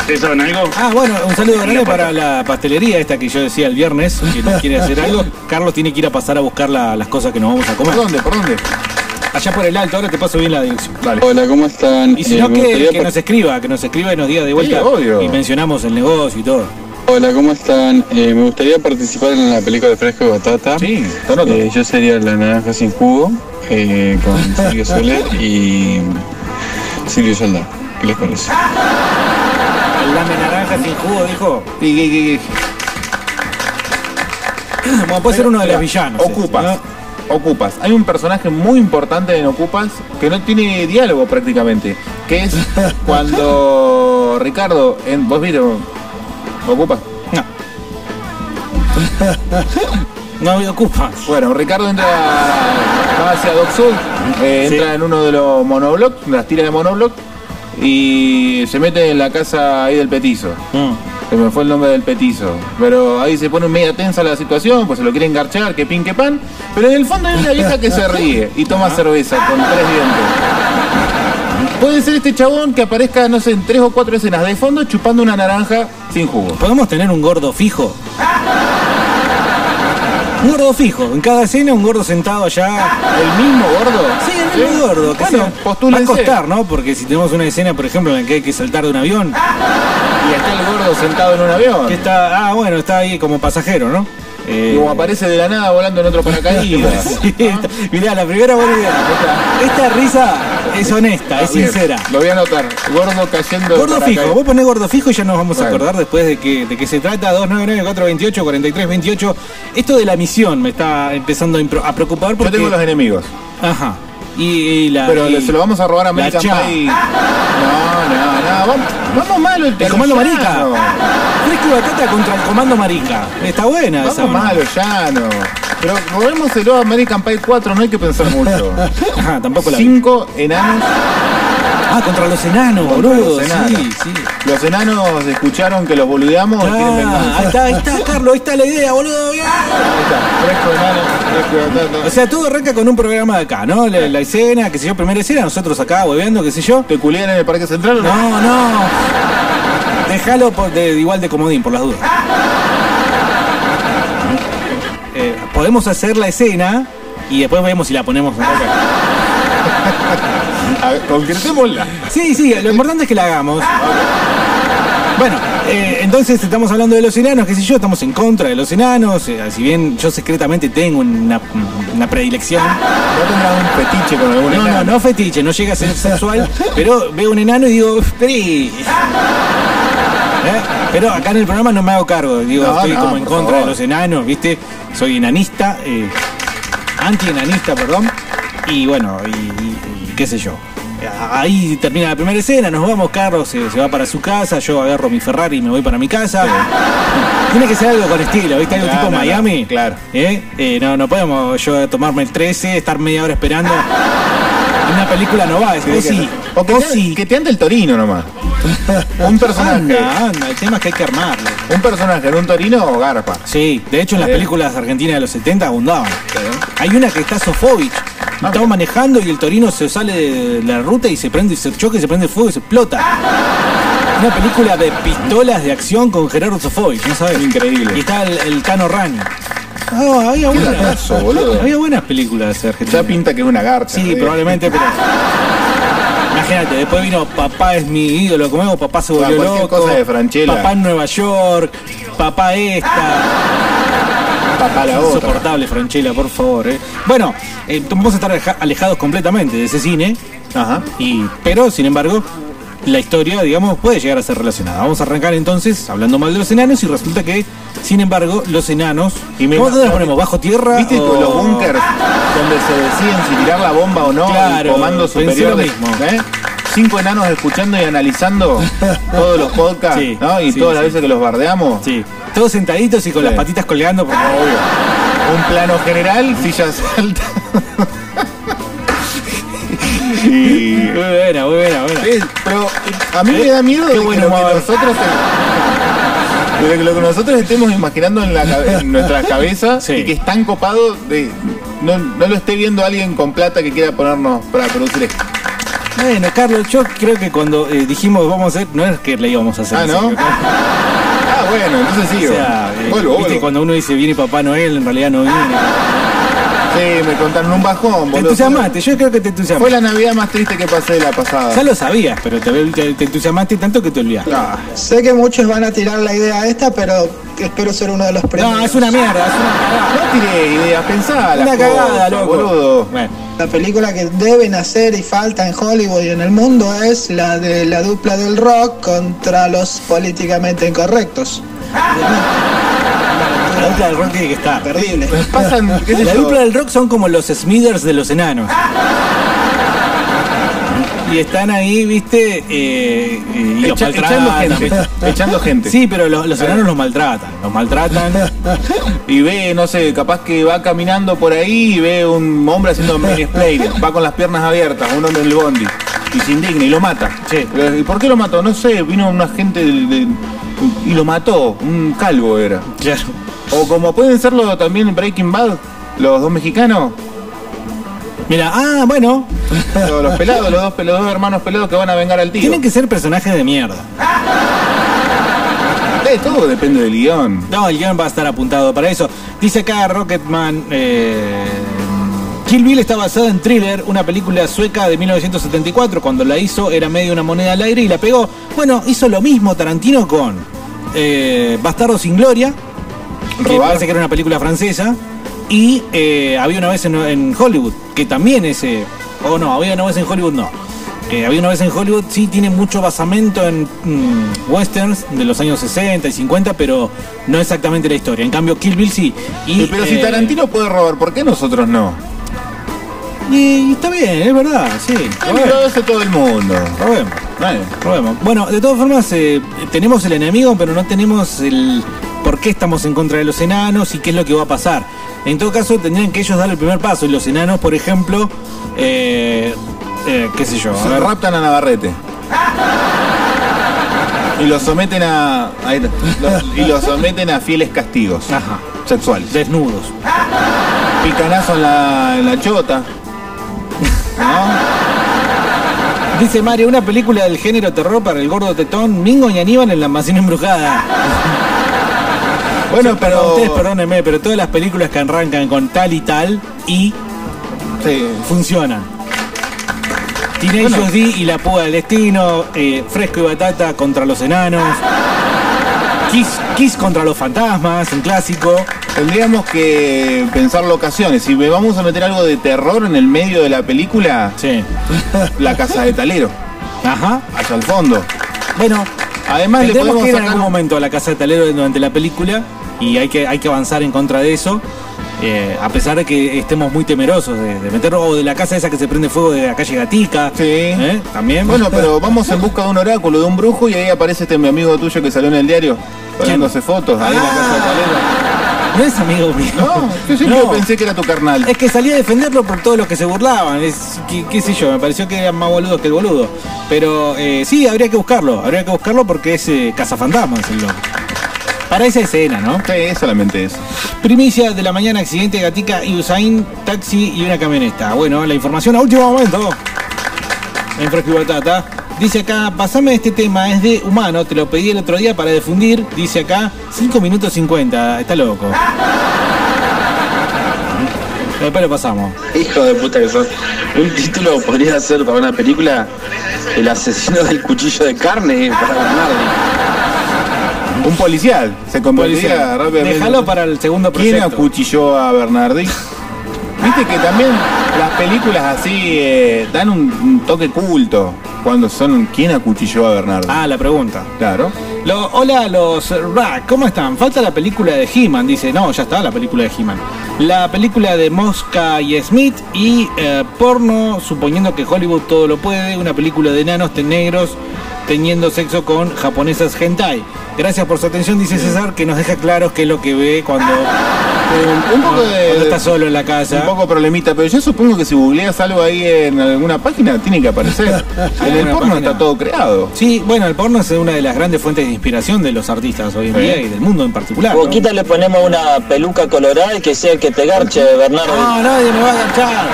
K: ¿Ustedes saben algo?
B: Ah, bueno, un saludo grande para la pastelería esta que yo decía el viernes, que nos quiere hacer algo. Carlos tiene que ir a pasar a buscar la- las cosas que nos vamos a comer.
H: ¿Por dónde? ¿Por dónde?
B: Allá por el alto, ahora te paso bien la dirección.
L: Hola, ¿cómo están?
B: Y si
L: Eh,
B: no,
L: me
B: que,
L: gustaría
B: que nos escriba, que nos escriba y nos diga de vuelta.
L: obvio.
B: Y mencionamos el negocio y todo.
L: Hola, ¿cómo están? Eh, me gustaría participar en la película Fresco y Batata. Sí, eh, Yo sería la naranja sin jugo eh, con Silvio Soler y Silvio Soldán. ¿Qué les parece?
B: Dame naranja sin jugo, dijo. Bueno, puede ser uno de los villanos. este,
H: Ocupas. Ocupas. Hay un personaje muy importante en Ocupas que no tiene diálogo prácticamente. Que es cuando Ricardo. En, ¿Vos viste Ocupas?
B: No. No ocupas.
H: Bueno, Ricardo entra
B: Ah.
H: va hacia Doc Sud, eh, entra en uno de los monoblocks, las tiras de monobloc, y se mete en la casa ahí del petizo.
B: Mm.
H: Se me fue el nombre del petizo. Pero ahí se pone media tensa la situación, pues se lo quiere engarchar, que pin, que pan. Pero en el fondo hay una vieja que se ríe y toma cerveza con tres dientes. Puede ser este chabón que aparezca, no sé, en tres o cuatro escenas de fondo chupando una naranja sin jugo.
B: ¿Podemos tener un gordo fijo? Un gordo fijo, en cada escena un gordo sentado allá.
H: ¿El mismo gordo?
B: Sí, el mismo
H: Sí.
B: gordo. Que
H: Bueno,
B: sea-
H: postúlense.
B: Va a costar, ¿no? Porque si tenemos una escena, por ejemplo, en la que hay que saltar de un avión.
H: Y está el gordo sentado en un avión.
B: Que está, ah, bueno, está ahí como pasajero, ¿no? Eh,
H: Como aparece de la nada volando en otro paracaídas.
B: Sí, está- Mirá, la primera buena idea. Esta risa es honesta, es
H: Bien,
B: sincera.
H: Lo voy a anotar. Gordo cayendo. del
B: Gordo
H: paracaídas.
B: fijo, vos ponés gordo fijo y ya nos vamos a
H: Bueno.
B: acordar después de que, de que se trata. 299-428-4328. Esto de la misión me está empezando a impro- a preocupar porque.
H: tengo los enemigos.
B: Ajá. Y, y la.
H: Pero
B: y-
H: le- se lo vamos a robar a
B: la
H: American
B: cha.
H: Pie. No, no, no. Vamos, vamos malo el
B: El comando marica. Fresco y batata contra el comando marica. Está buena
H: Vamos
B: esa. ¿no?
H: malo, llano. Pero robémoselo a American Pie 4, no hay que pensar mucho.
B: Ajá, tampoco la vi.
H: Cinco enanos.
B: Ah, contra los enanos,
H: Contra
B: boludo.
H: los enanos.
B: Sí, sí.
H: Los enanos escucharon que los boludeamos y quieren
B: Ah,
H: venganza.
B: ahí está, ahí está, Carlos, ahí está la idea, boludo. bien.
H: Fresco enano, fresco de batata.
B: O sea, todo arranca con un programa de acá, ¿no? La, la escena, qué sé yo, primera escena, nosotros acá hueveando, qué sé yo.
H: ¿Te culian en el Parque Central?
B: No, no. Déjalo por- de, igual de comodín, por las dudas. Eh, podemos hacer la escena y después vemos si la ponemos en acá. Ah.
H: A ver, concretémosla.
B: Sí, sí, lo importante es que la hagamos. Bueno, eh, entonces estamos hablando de los enanos, qué sé yo, estamos en contra de los enanos, eh, si bien yo secretamente tengo una, una predilección.
H: No tendrás un fetiche con algún
B: No, no,
H: enano.
B: no fetiche, no llega a ser sexual, pero veo un enano y digo, "Pri". ¿Eh? Pero acá en el programa no me hago cargo, digo,
H: No,
B: estoy
H: no,
B: como en
H: por
B: contra
H: favor.
B: de los enanos, ¿viste? Soy enanista, eh, anti-enanista, perdón, y bueno, y, y- y qué sé yo. Ahí termina la primera escena, nos vamos, Carlos se, se va para su casa, yo agarro mi Ferrari y me voy para mi casa. Tiene que ser algo con estilo, ¿viste? Algo
H: Claro,
B: tipo
H: no, no,
B: Miami.
H: claro.
B: ¿Eh? Eh, no, no podemos yo tomarme el 13, estar media hora esperando. Una película no va, es
H: Tiene
B: o
H: que
B: sí.
H: ser. O que, te, que te ande el torino nomás. Un personaje.
B: Anda, anda, el tema es que hay que armarlo.
H: Un personaje en un torino garpa.
B: Sí, de hecho en las
H: Eh.
B: películas argentinas de los 70 abundaban. Hay una que está Sofovich. Estaba manejando y el torino se sale de la ruta y se prende, se choca y se prende fuego y se explota. Una película de pistolas de acción con Gerardo Sofovich, ¿no sabes?
H: Increíble.
B: Y está el, el Tano Rani. Ah, había
H: Qué
B: buenas.
H: latazo, boludo.
B: Había buenas películas argentinas.
H: Ya pinta que es una garcha.
B: Sí,
H: eh.
B: probablemente, pero. Imagínate, después vino Papá es mi ídolo, comemos Papá se volvió
H: cualquier
B: loco.
H: cosa de Franchella.
B: Papá en Nueva York, Papá esta.
H: Papá la otra.
B: Insoportable, Franchella, por favor. eh. Bueno, eh, vamos a estar aleja- alejados completamente de ese cine.
H: Ajá.
B: Y, pero, sin embargo, la historia, digamos, puede llegar a ser relacionada. Vamos a arrancar entonces hablando mal de los enanos y resulta que, sin embargo, los enanos.
H: Y me
B: ¿Cómo te los
H: imagino-
B: ponemos? ¿Bajo tierra?
H: ¿Viste
B: o-
H: los bunkers donde se deciden si tirar la bomba o no?
B: Claro,
H: el comando
B: pensé
H: superior.
B: lo
H: de-
B: mismo.
H: ¿eh? Cinco enanos escuchando y analizando todos los podcasts,
B: Sí,
H: ¿no? Y
B: sí,
H: todas las
B: sí.
H: veces que los bardeamos.
B: Sí, todos sentaditos y con
H: Sí. Ah,
B: las patitas colgando. Porque...
H: Un plano general, sillas altas. y sigue. Muy
B: buena, muy buena, buena.
H: pero a mí me da miedo de que lo que nosotros de que lo que nosotros estemos imaginando en, la cabe- en nuestra cabeza y que es tan copado de no, no lo esté viendo alguien con plata que quiera ponernos para producir esto.
B: Bueno, Carlos, yo creo que cuando eh, dijimos vamos a hacer, no es que la íbamos a hacer.
H: Ah,
B: en
H: ¿no?
B: serio, Carlos.
H: Ah, bueno, entonces sí.
B: O sea,
H: bueno.
B: eh,
H: Vuelvo,
B: viste,
H: vuelvo.
B: cuando uno dice viene Papá Noel, en realidad no viene.
H: Sí, me contaron un bajón,
B: Te
H: boludo.
B: entusiasmaste, yo creo que te entusiasmaste.
H: Fue la Navidad más triste que pasé la pasada.
B: Ya lo sabías, pero te, te- te entusiasmaste tanto que te olvidaste.
H: Ah,
M: Sé que muchos van a tirar la idea esta, pero espero ser uno de los primeros.
B: es una mierda, es una
H: No tiré ideas, pensá.
M: Una
H: las
M: cagada,
H: cosas,
M: loco.
H: Boludo.
M: La película que deben hacer y falta en Hollywood y en el mundo es la de la dupla del rock contra los políticamente incorrectos.
B: La dupla del rock tiene que estar.
M: Terrible.
B: Pues
H: Pasan, qué sé
B: la
H: yo.
B: dupla del rock son como los Smithers de los enanos. Y están ahí, viste, eh, eh, y los
H: Echa-
B: maltratan.
H: echando gente, echando gente.
B: Sí, pero los, los enanos los maltratan. Los maltratan.
H: Y ve, no sé, capaz que va caminando por ahí y ve un hombre haciendo mansplaining. Va con las piernas abiertas, un hombre en el bondi. Y se indigna y lo mata. ¿Y por qué lo mató? No sé, vino una gente del- del- y lo mató. Un calvo era. O como pueden serlo también en Breaking Bad, los dos mexicanos.
B: Mira, ah, bueno.
H: Los, los pelados, los dos, pe- los dos hermanos pelados que van a vengar al tío.
B: Tienen que ser personajes de mierda.
H: Eh, todo depende del guión.
B: No, el guión va a estar apuntado para eso. Dice acá Rocketman. eh, Kill Bill está basada en Thriller, una película sueca de 1974. Cuando la hizo era medio una moneda al aire y la pegó. Bueno, hizo lo mismo Tarantino con eh, Bastardo sin Gloria, que
H: Robar.
B: parece que era una película francesa. Y eh, había una vez en, en Hollywood, que también es... eh, o no, había una vez en Hollywood, no. Eh, había una vez en Hollywood, sí, tiene mucho basamento en mm, westerns de los años 60 y 50, pero no exactamente la historia. En cambio, Kill Bill sí. Y,
H: pero si
B: eh,
H: Tarantino puede robar, ¿por qué nosotros no?
B: Y, y está bien, es verdad, sí.
H: Ay,
B: Robemos.
H: lo hace todo el mundo.
B: Robemos.
H: Vale.
B: Robemos. Bueno, de todas formas, eh, tenemos el enemigo, pero no tenemos el por qué estamos en contra de los enanos y qué es lo que va a pasar. En todo caso, tendrían que ellos dar el primer paso. Y los enanos, por ejemplo, eh, eh, qué sé yo. a
H: Se
B: ver.
H: raptan a Navarrete. Y lo someten a. ahí está. Lo- y lo someten a fieles castigos. Sexuales.
B: Desnudos.
H: Picanazo en la, en la chota.
B: Dice Mario, una película del género terror para el gordo tetón, Mingo y Aníbal en la mansión embrujada.
H: bueno,
B: pero... Ustedes perdónenme, pero todas las películas que arrancan con tal y tal y funcionan. Teenage
H: Bueno.
B: D y la púa del destino, eh, Fresco y Batata contra los enanos, Kiss, Kiss contra los fantasmas, un clásico.
H: Tendríamos que pensar locaciones. Si me vamos a meter algo de terror en el medio de la película, la casa de talero.
B: Ajá.
H: Allá al fondo.
B: Bueno,
H: además le
B: Tendremos
H: podemos
B: que ir en
H: sacar
B: algún momento a la casa de Talero durante la película y hay que, hay que avanzar en contra de eso. eh, a pesar de que estemos muy temerosos de, de meterlo, o de la casa esa que se prende fuego de la calle Gatica. Sí. También.
H: Bueno, pero vamos en busca de un oráculo, de un brujo, y ahí aparece este mi amigo tuyo que salió en el diario, tomándose fotos. Ahí en la casa de Talero.
B: No es amigo mío.
H: No, yo siempre
B: No.
H: pensé que era tu carnal.
B: Es que salí a defenderlo por todos los que se burlaban. Es, qué, qué sé yo, me pareció que eran más boludos que el boludo. Pero eh, sí, habría que buscarlo. Habría que buscarlo porque es eh, cazafantasmas el loco. Para esa escena, ¿no?
H: Sí, es solamente eso.
B: Primicia de la mañana, accidente de Gatica y Usain, taxi y una camioneta. Bueno, la información a último momento. En Fresco y Batata. Dice acá, pasame este tema, es de humano, te lo pedí el otro día para difundir. Dice acá, 5 minutos 50, está loco. Después lo pasamos.
N: Hijo de puta que son. Un título podría ser para una película El asesino del cuchillo de carne eh, para Bernardi.
H: Un policial. Se convertía
N: Policía.
H: rápidamente.
N: Déjalo para
B: el segundo
H: ¿Quién
N: proyecto.
H: acuchilló a Bernardi? Viste que también las películas así eh, dan un, un toque culto cuando son ¿Quién acuchilló a Bernardi?
B: Ah, la pregunta.
H: Claro.
B: Lo- hola los Rack, ¿cómo están? Falta la película de He-Man, dice. No, ya está la película de He-Man. La película de Mosca y Smith y eh, porno, suponiendo que Hollywood todo lo puede. Una película de enanos ten- negros teniendo sexo con
H: Eh,
B: japonesas hentai. Gracias por su atención, dice César, que nos deja claros qué es lo que ve cuando
H: un poco de.
B: está solo en la casa.
H: Un poco problemita, pero yo supongo que si googleas algo ahí en alguna página, tiene que aparecer. en el
B: Alguna
H: porno
B: página.
H: está todo creado.
B: Sí, bueno, el porno es una de las grandes fuentes de inspiración de los artistas hoy en
H: Sí.
B: día y del mundo en particular. ¿no?
O: Boquita le ponemos una peluca colorada y que sea el que te garche, Bernardo.
B: No, Ah, nadie me va a agachar.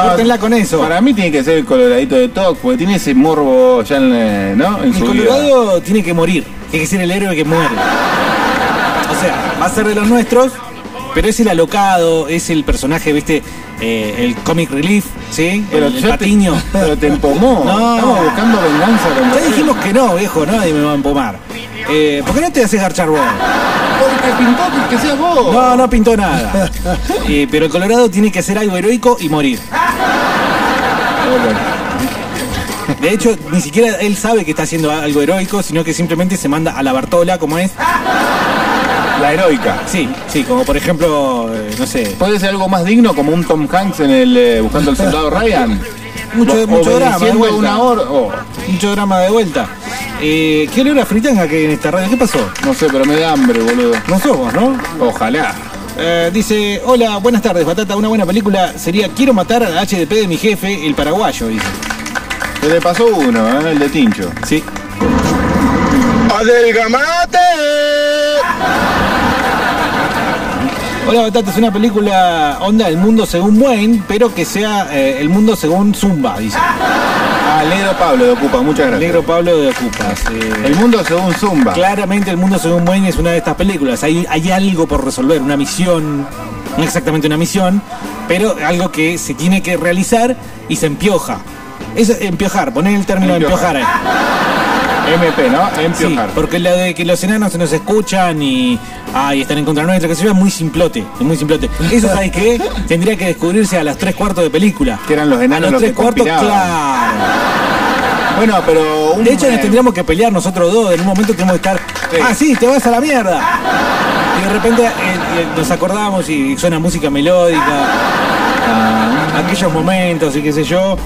H: Córtenla con eso. Ah, Para mí tiene que ser el coloradito de Toc, porque tiene ese morbo ya en, eh, ¿no? en
B: El
H: su vida.
B: colorado tiene que morir. Tiene que ser el héroe que muere. O sea, va a ser de los nuestros, pero es el alocado, es el personaje, viste, Eh, el comic relief, ¿sí?
H: Pero
B: el, el
H: ya te-
B: patiño.
H: pero te empomó.
B: No.
H: Estamos buscando venganza contra
B: Ya
H: él.
B: dijimos que no, viejo, nadie me va a empomar. Eh, ¿Por qué no te haces garchar vos?
H: Porque pintó que seas vos.
B: No, no pintó nada. Eh, pero el Colorado tiene que hacer algo heroico y morir. De hecho, ni siquiera él sabe que está haciendo algo heroico, sino que simplemente se manda a la Bartola, como es.
H: La heroica.
B: Sí, sí, como por ejemplo, eh, no sé.
H: Puede ser algo más digno como un Tom Hanks en el eh, Buscando al Soldado Ryan.
B: Mucho,
H: O-
B: mucho drama. De
H: obedeciendo
B: vuelta.
H: una hora. oh,
B: Mucho drama de vuelta. Eh, ¿Qué olor a fritanga que hay en esta radio? ¿Qué pasó?
H: no sé, pero me da hambre, boludo.
B: No somos, ¿no?
H: Ojalá.
B: Eh, dice, hola, buenas tardes, Batata. Una buena película sería Quiero matar al HDP de mi jefe, el paraguayo, dice.
H: Se le pasó uno, ¿eh? el de Tincho.
B: Sí.
H: ¡Adelgamate!
B: Hola, Batata, es una película onda El Mundo Según Wayne, pero que sea eh, El Mundo Según Zumba, dice.
H: Ah, el negro Pablo de Ocupa, muchas gracias.
B: Negro Pablo de Ocupas. eh.
H: El mundo según Zumba.
B: Claramente El Mundo Según Wayne es una de estas películas. Hay, hay algo por resolver, una misión, no exactamente una misión, pero algo que se tiene que realizar y se empioja. Es empiojar, poner el término
H: Empiojar.
B: empiojar ahí.
H: MP, ¿no? Empiojar.
B: Sí, porque lo de que los enanos se nos escuchan y ay, están en contra nuestra, que se ve muy simplote, es muy simplote. Eso, ¿sabes qué? Tendría que descubrirse a las tres cuartos de película.
H: Que eran los enanos
B: a los
H: los
B: tres
H: que
B: cuartos,
H: conspiraban.
B: claro.
H: Bueno, pero un-
B: De hecho, este nos
H: eh,
B: tendríamos que pelear nosotros dos. En un momento tenemos que estar. Ah, sí, te vas a la mierda. Y de repente eh, eh, nos acordamos y suena música melódica. ah, Aquellos momentos y qué sé yo.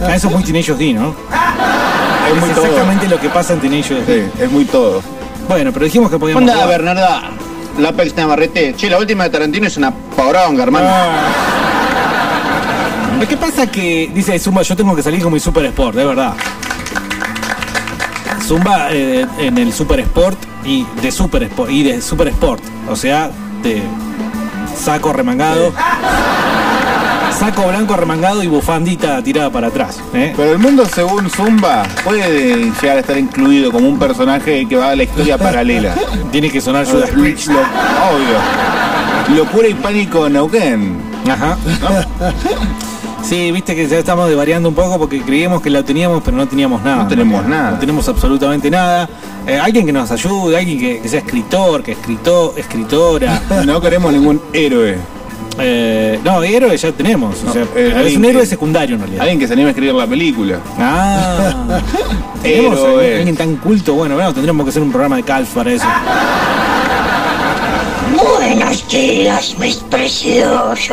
B: Ah, eso es muy Teenage D, ¿no?
H: Es muy todo.
B: exactamente lo que pasa en Teenage D.
H: Sí, es muy todo.
B: Bueno, pero dijimos que podíamos.
P: Onda,
B: jugar.
P: Bernarda. Lápiz Navarrete. Che, la última de Tarantino es una poronga, hermano.
B: Lo que pasa que dice Zumba, yo tengo que salir con mi Super Sport, de verdad. Zumba eh, en el Super Sport y de Super Sport y de Super Sport, o sea, de saco remangado, saco blanco remangado y bufandita tirada para atrás. ¿eh?
H: Pero el mundo según Zumba puede llegar a estar incluido como un personaje que va a la historia paralela.
B: Tiene que sonar Judas
H: Lo- Obvio. Locura y pánico en Neuquén.
B: Ajá. Sí, viste que ya estamos devariando un poco porque creíamos que la teníamos, pero no teníamos nada. No
H: tenemos nada.
B: No tenemos absolutamente nada. Eh, alguien que nos ayude, alguien que, que sea escritor, que escritor, escritora.
H: No queremos ningún héroe.
B: Eh, no, héroe ya tenemos. o sea,
H: eh,
B: es
H: alguien
B: un héroe
H: que-
B: secundario en realidad.
H: Alguien que se anime a escribir la película.
B: Ah, tenemos
H: Héroe. Ah,
B: alguien, alguien tan culto. Bueno, bueno, tendríamos que hacer un programa de calf para eso.
E: Buenos días, mis preciosos.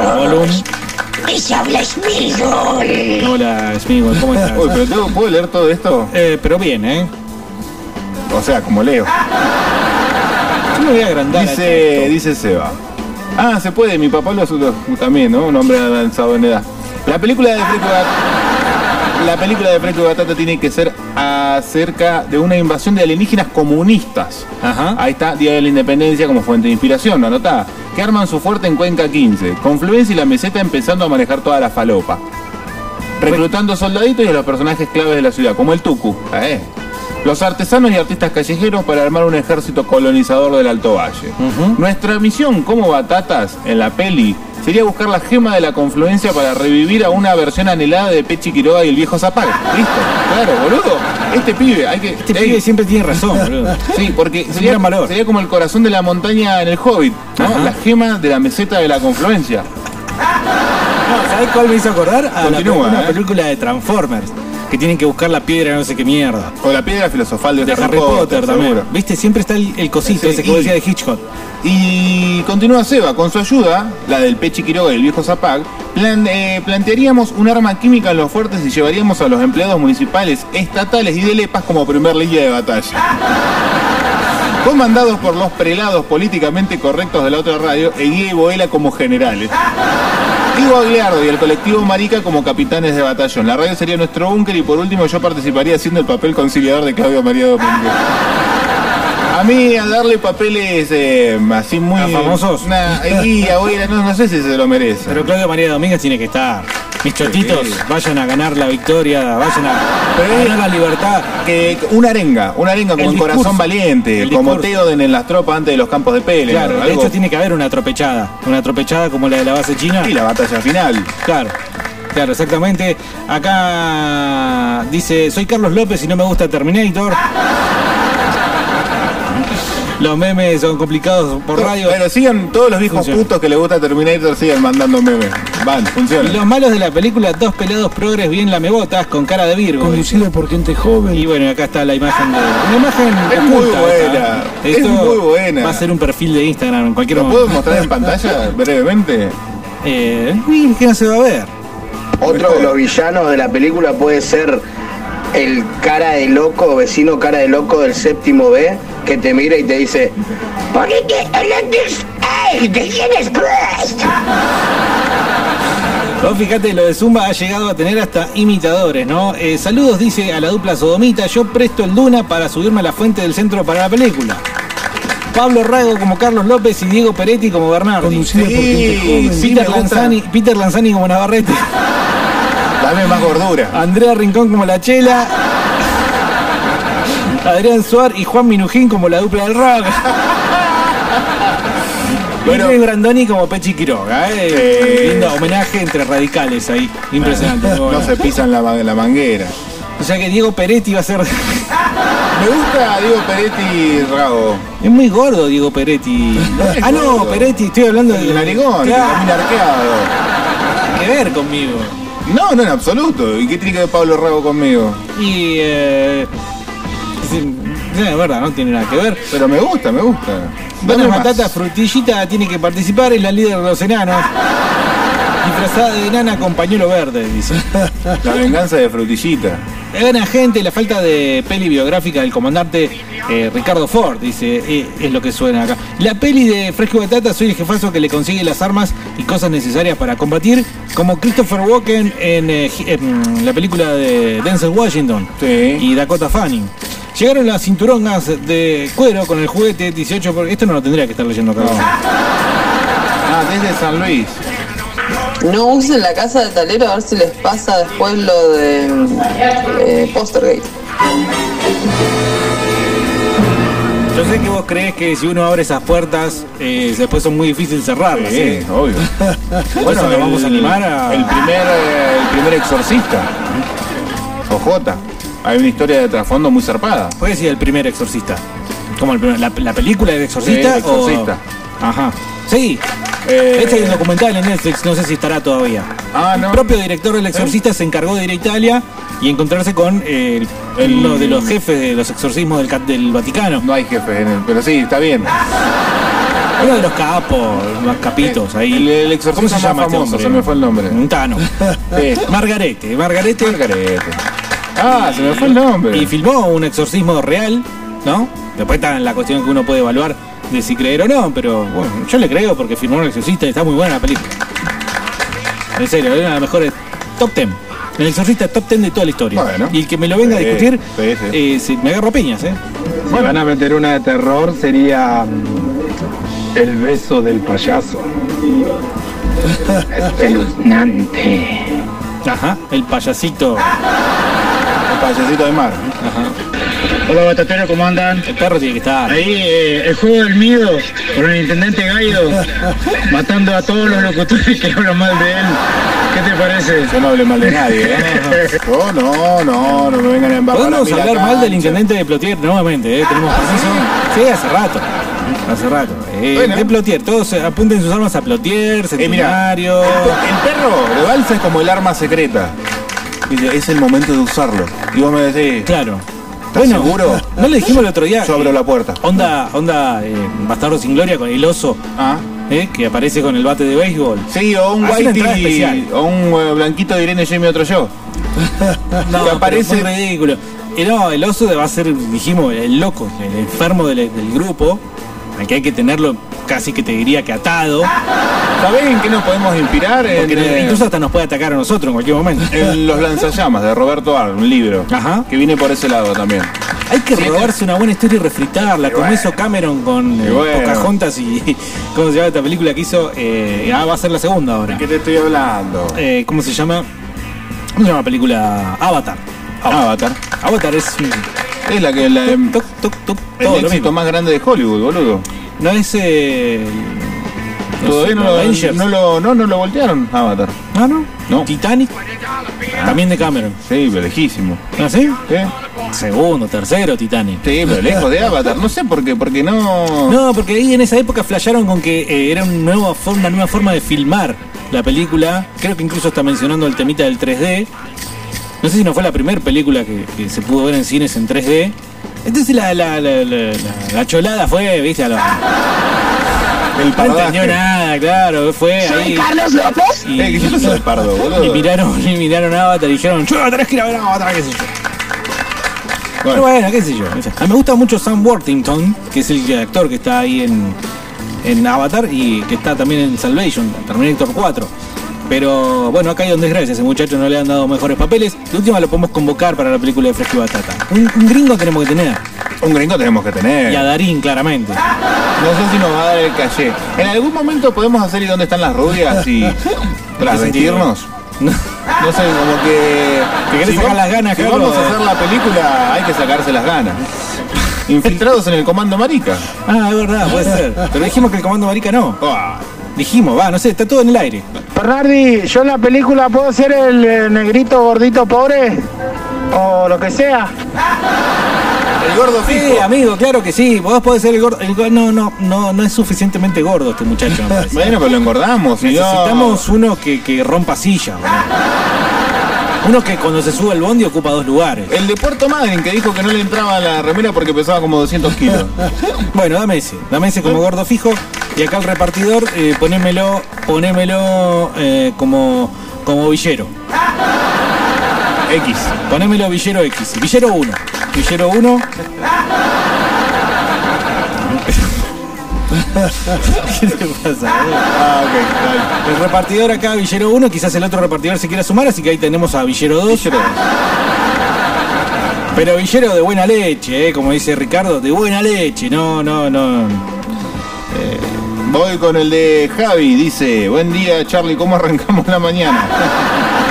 E: Les habla Smigol.
B: Hola, Smigol, ¿cómo estás?
H: Uy, pero tengo- ¿puedo leer todo esto?
B: Eh, pero bien, ¿eh?
H: O sea, como leo.
B: Yo me voy a agrandar. a
H: Dice,
B: esto.
H: dice Seba. Ah, se puede, mi papá lo lo- también, ¿no? Un hombre avanzado en edad. La película de Fresco Bat- La película de Fresco Batata tiene que ser acerca de una invasión de alienígenas comunistas.
B: Ajá.
H: Ahí está, Día de la Independencia como fuente de inspiración, anotá. Que arman su fuerte en Cuenca 15. Confluencia y la meseta empezando a manejar toda la falopa. Reclutando soldaditos y a los personajes claves de la ciudad, como el Tucu. Eh. Los artesanos y artistas callejeros para armar un ejército colonizador del Alto Valle. Nuestra misión como batatas en la peli sería buscar la gema de la confluencia para revivir a una versión anhelada de Pechi Quiroga y el viejo Zapag. Listo, claro, boludo. Este pibe, hay que. Este
B: pibe siempre tiene razón, boludo.
H: Sí, porque
B: un
H: sería,
B: gran valor.
H: sería como el corazón de la montaña en el Hobbit, ¿no? La gema de la meseta de la confluencia.
B: No, ¿Sabes cuál me hizo acordar? A la
H: Continúa,
B: una
H: eh.
B: película de Transformers. Que tienen que buscar la piedra, no sé qué mierda.
H: O la piedra filosofal de,
B: De Harry Potter, también.
H: seguro.
B: Viste, siempre está el, el cosito
H: Sí,
B: ese que vos
H: y-
B: decías de Hitchcock.
H: Y continúa Seba, con su ayuda, la del Pechi Quiroga y el viejo Zapag, plan- eh, plantearíamos un arma química en los fuertes y llevaríamos a los empleados municipales, estatales y de Lepas como primer línea de batalla. comandados por los prelados políticamente correctos de la otra radio, Eguía y Boela como generales. Diego Aguiardo y el colectivo Marica como capitanes de batallón. La radio sería nuestro búnker y por último yo participaría haciendo el papel conciliador de Claudio María Domínguez. A mí a darle papeles eh, así muy...
B: ¿A famosos?
H: Nah, Eguía, Boela, no, no sé si se lo merece.
B: Pero Claudio María Domínguez tiene que estar. Mis chotitos, vayan a ganar la victoria, vayan a, a ganar la libertad.
H: Que una arenga, una arenga
B: El
H: con
B: discurso.
H: corazón valiente,
B: El
H: como
B: discurso.
H: Teoden en las tropas antes de los campos de pele.
B: Claro, de hecho tiene que haber una atropellada, una atropellada como la de la base china.
H: Y la batalla final.
B: Claro, claro, exactamente. Acá dice, soy Carlos López y no me gusta Terminator. Los memes son complicados por radio.
H: Pero sigan todos los viejos
B: Funciona.
H: putos que les gusta Terminator, sigan mandando memes. Van, funciona.
B: Los malos de la película, dos pelados progres bien lamebotas con cara de Virgo.
F: Conducido por gente joven.
B: Y bueno, acá está la imagen de. Una imagen
H: Es muy
B: oculta,
H: buena,
B: esta.
H: es
B: Esto
H: muy buena.
B: Va a ser un perfil de Instagram en cualquier
H: ¿Lo
B: momento.
H: puedo mostrar en pantalla brevemente?
B: Eh, uy, ¿qué no se va a ver?
Q: Otro de los villanos de la película puede ser el cara de loco, vecino cara de loco del séptimo B, que te mira y te dice, ponete el antes, ¡ay! ¡Te tienes
B: Vos fíjate, lo de Zumba ha llegado a tener hasta imitadores, ¿no? Eh, saludos, dice a la dupla Sodomita, yo presto el Duna para subirme a la fuente del centro para la película. Pablo Rago como Carlos López y Diego Peretti como Bernardi.
H: por gente joven. sí,
B: Peter,
H: me gusta.
B: Lanzani, Peter Lanzani como Navarrete.
H: Dame más gordura.
B: Andrea Rincón como La Chela. Adrián Suar y Juan Minujín como la dupla del rock. Bueno, Grandoni como Pechi Quiroga, ¿eh?
H: Eh.
B: Lindo homenaje entre radicales ahí. Impresionante. muy bueno.
H: No se pisan la, ma- la manguera.
B: O sea que Diego Peretti va a ser.
H: Me gusta Diego Peretti Rago.
B: Es muy gordo Diego Peretti.
H: es
B: ah, no,
H: gordo.
B: Peretti, estoy hablando de.
H: El narigón, que
B: Claro.
H: termina arqueado.
B: que ver conmigo.
H: No, no en absoluto. ¿Y qué tiene que ver Pablo Rago conmigo?
B: Y. Eh, es- no, es verdad, no tiene nada que ver.
H: Pero me gusta, me gusta.
B: Dona
H: Dame más.
B: Matata Frutillita tiene que participar, es la líder de los enanos. Disfrazada de enana con pañuelo verde, dice.
H: La venganza de Frutillita.
B: La Gana gente, la falta de peli biográfica del comandante eh, Ricardo Ford, dice, eh, es lo que suena acá. La peli de Fresco Batata, soy el jefazo que le consigue las armas y cosas necesarias para combatir, como Christopher Walken en, eh, hi- en la película de Denzel Washington y Dakota Fanning. Llegaron las cinturonas de cuero con el juguete 18 por... Esto no lo tendría que estar leyendo acá.
H: Ah, desde San Luis.
R: No usen la casa de Talero a ver si les pasa después lo de eh, Postergate.
B: Yo sé que vos crees que si uno abre esas puertas, eh, después son muy difíciles cerrarlas.
H: Sí,
B: ¿eh?
H: obvio.
B: Bueno, nos vamos a animar a...
H: El primer, eh, el primer exorcista. Ojota. Hay una historia de trasfondo muy zarpada.
B: Puede decir el primer exorcista. Como el primer- la, la película del exorcista.
H: Sí, El
B: o-
H: Exorcista.
B: Ajá. Sí.
H: Eh, Ah,
B: Este hay un documental en Netflix, no sé si estará todavía. El propio director
H: ¿Eh?
B: del exorcista se encargó de ir a Italia y encontrarse con eh, el- uno de los jefes de los exorcismos del, ca- del Vaticano.
H: No hay jefe en el, pero sí, está bien.
B: Uno de los capos, los capitos ahí.
H: El, el exorcista
B: ¿Cómo se
H: más
B: llama este
H: famoso,
B: hombre?
H: se me fue el nombre.
B: Un Tano.
H: Sí.
B: Margarete, Margarete.
H: Margarete. Ah, se me fue el nombre.
B: Y filmó un exorcismo real, ¿no? Después está la cuestión que uno puede evaluar de si creer o no, pero bueno, yo le creo porque filmó un exorcista y está muy buena la película. En serio, es una de las mejores top 10. El exorcista top 10 de toda la historia. Y el que me lo venga a
P: Sí,
B: discutir,
P: sí, sí.
B: eh, se- me agarro a piñas, ¿eh?
P: Si van a meter una de terror sería mm, el beso del payaso.
B: Espeluznante. Ajá, el payasito.
H: El payasito de mar.
S: Hola batateros, ¿cómo andan?
B: El perro tiene que estar.
S: Ahí eh, el juego del miedo con el intendente Gallo matando a todos los locutores que hablan mal de él. ¿Qué te parece?
H: Yo no hablé mal de nadie, ¿eh? Yo no, no, no me vengan a embarrar. a
B: Podemos
H: mí la
B: hablar mal
H: cancha.
B: del intendente de Plotier nuevamente, ¿eh? Tenemos permiso. ¿sí? hace rato. Hace rato. Eh,
H: Bueno.
B: De Plotier, todos eh, apunten sus armas a Plotier,
H: Eh, mira, el,
B: Centenario.
H: per- el perro de balsa es como el arma secreta. Dice, es el momento de usarlo. Y vos me decís.
B: Claro.
H: ¿Estás seguro?
B: No le dijimos el otro día.
H: Yo abro la puerta.
B: Onda, onda, eh, Bastardo sin Gloria con el oso.
H: Ah.
B: ¿eh? Que aparece con el bate de béisbol.
H: Sí, o un
B: Hace una entrada
H: whitey,
B: especial.
H: o un eh, blanquito de Irene Jimmy otro yo.
B: No,
H: que
B: aparece.
H: aparece
B: ridículo. Eh, No, el oso va a ser, dijimos, el loco, el enfermo del, del grupo, al que hay que tenerlo casi que te diría que atado.
H: ¿Sabés en qué nos podemos inspirar?
B: Porque
H: En, Ah, eh,
B: incluso hasta nos puede atacar a nosotros en cualquier momento.
H: En Los lanzallamas de Roberto Ar, un libro. Que viene por ese lado también.
B: Hay que robarse una buena historia y refritarla, como hizo Cameron con eh,
H: Y bueno.
B: Pocahontas y. ¿Cómo se llama esta película que hizo? Eh, ah, va a ser la segunda ahora.
H: ¿Qué te estoy hablando?
B: Eh, ¿Cómo se llama? ¿Cómo se llama la película? Avatar.
H: Ah, Avatar.
B: Avatar es.
H: Es la que la.
B: oh. Toc, toc, toc,
H: El
B: todo lo
H: Eh, éxito
B: mismo.
H: más grande de Hollywood, boludo.
B: No es. eh,
H: Todavía no lo,
B: Avengers.
H: no, lo, no, no lo voltearon, Avatar.
B: No, no.
H: No.
B: Titanic. También de Cameron.
H: Sí, pero lejísimo. ¿eh?
B: ¿Ah, sí? Segundo, tercero Titanic.
H: Sí, pero lejos de Avatar. No sé por qué, porque no.
B: No, porque ahí en esa época flasharon con que eh, era un nuevo for- una nueva forma de filmar la película. Creo que incluso está mencionando el temita del 3D. No sé si no fue la primera película que, que se pudo ver en cines en 3D. Entonces la, la, la, la- la- la cholada fue, viste, a lo...
H: El
B: no entendió nada, claro, fue ahí.
H: López? Eh, que yo no soy pardo, boludo.
B: Y miraron, y miraron Avatar y dijeron, yo tenés que ir a ver Avatar, qué sé yo. Pero bueno, qué sé yo. en fin. A mí me gusta mucho Sam Worthington, que es el actor que está ahí en, en Avatar y que está también en Salvation, Terminator 4. Pero bueno, acá hay donde desgracia, ese muchacho no le han dado mejores papeles. De última lo podemos convocar para la película de Fresco y Batata. Un, un gringo tenemos que tener.
H: Un gringo tenemos que tener.
B: Y a Darín, claramente.
H: No sé si nos va a dar el caché. En algún momento podemos hacer y dónde están las rubias y transmitirnos.
B: No.
H: sé, como que.
B: Te querés sacar las ganas,
H: si
B: Carlos,
H: vamos a
B: de-
H: hacer la película, hay que sacarse las ganas. Infiltrados en el comando marica.
B: Ah, es verdad, puede ser. Pero dijimos que el comando marica no. Dijimos, va, no sé, está todo en el aire.
D: Bernardi, yo en la película puedo ser el eh, negrito gordito pobre o lo que sea.
H: El gordo
B: Sí, amigo, claro que sí. Vos podés ser el gordo. el go- no, no, no, no es suficientemente gordo este muchacho. me parece.
H: Bueno, pero lo engordamos. si no-
B: Necesitamos uno que, que rompa silla. boludo. Uno que cuando se sube al bondi ocupa dos lugares.
H: El de Puerto Madryn que dijo que no le entraba la remera porque pesaba como 200 kilos.
B: Bueno, dame ese. Dame ese como gordo fijo. Y acá el repartidor, eh, ponémelo, ponémelo eh, como, como villero.
H: X.
B: Ponémelo villero X. Villero 1. Villero 1. ¿Qué te pasa?
H: Ah, ok,
B: El repartidor acá, Villero 1, quizás el otro repartidor se quiera sumar, así que ahí tenemos a Villero 2. Pero Villero de buena leche, eh, como dice Ricardo, de buena leche, no, no, no.
H: dale. Voy con el de Javi, dice, buen día Charlie, ¿cómo arrancamos la mañana?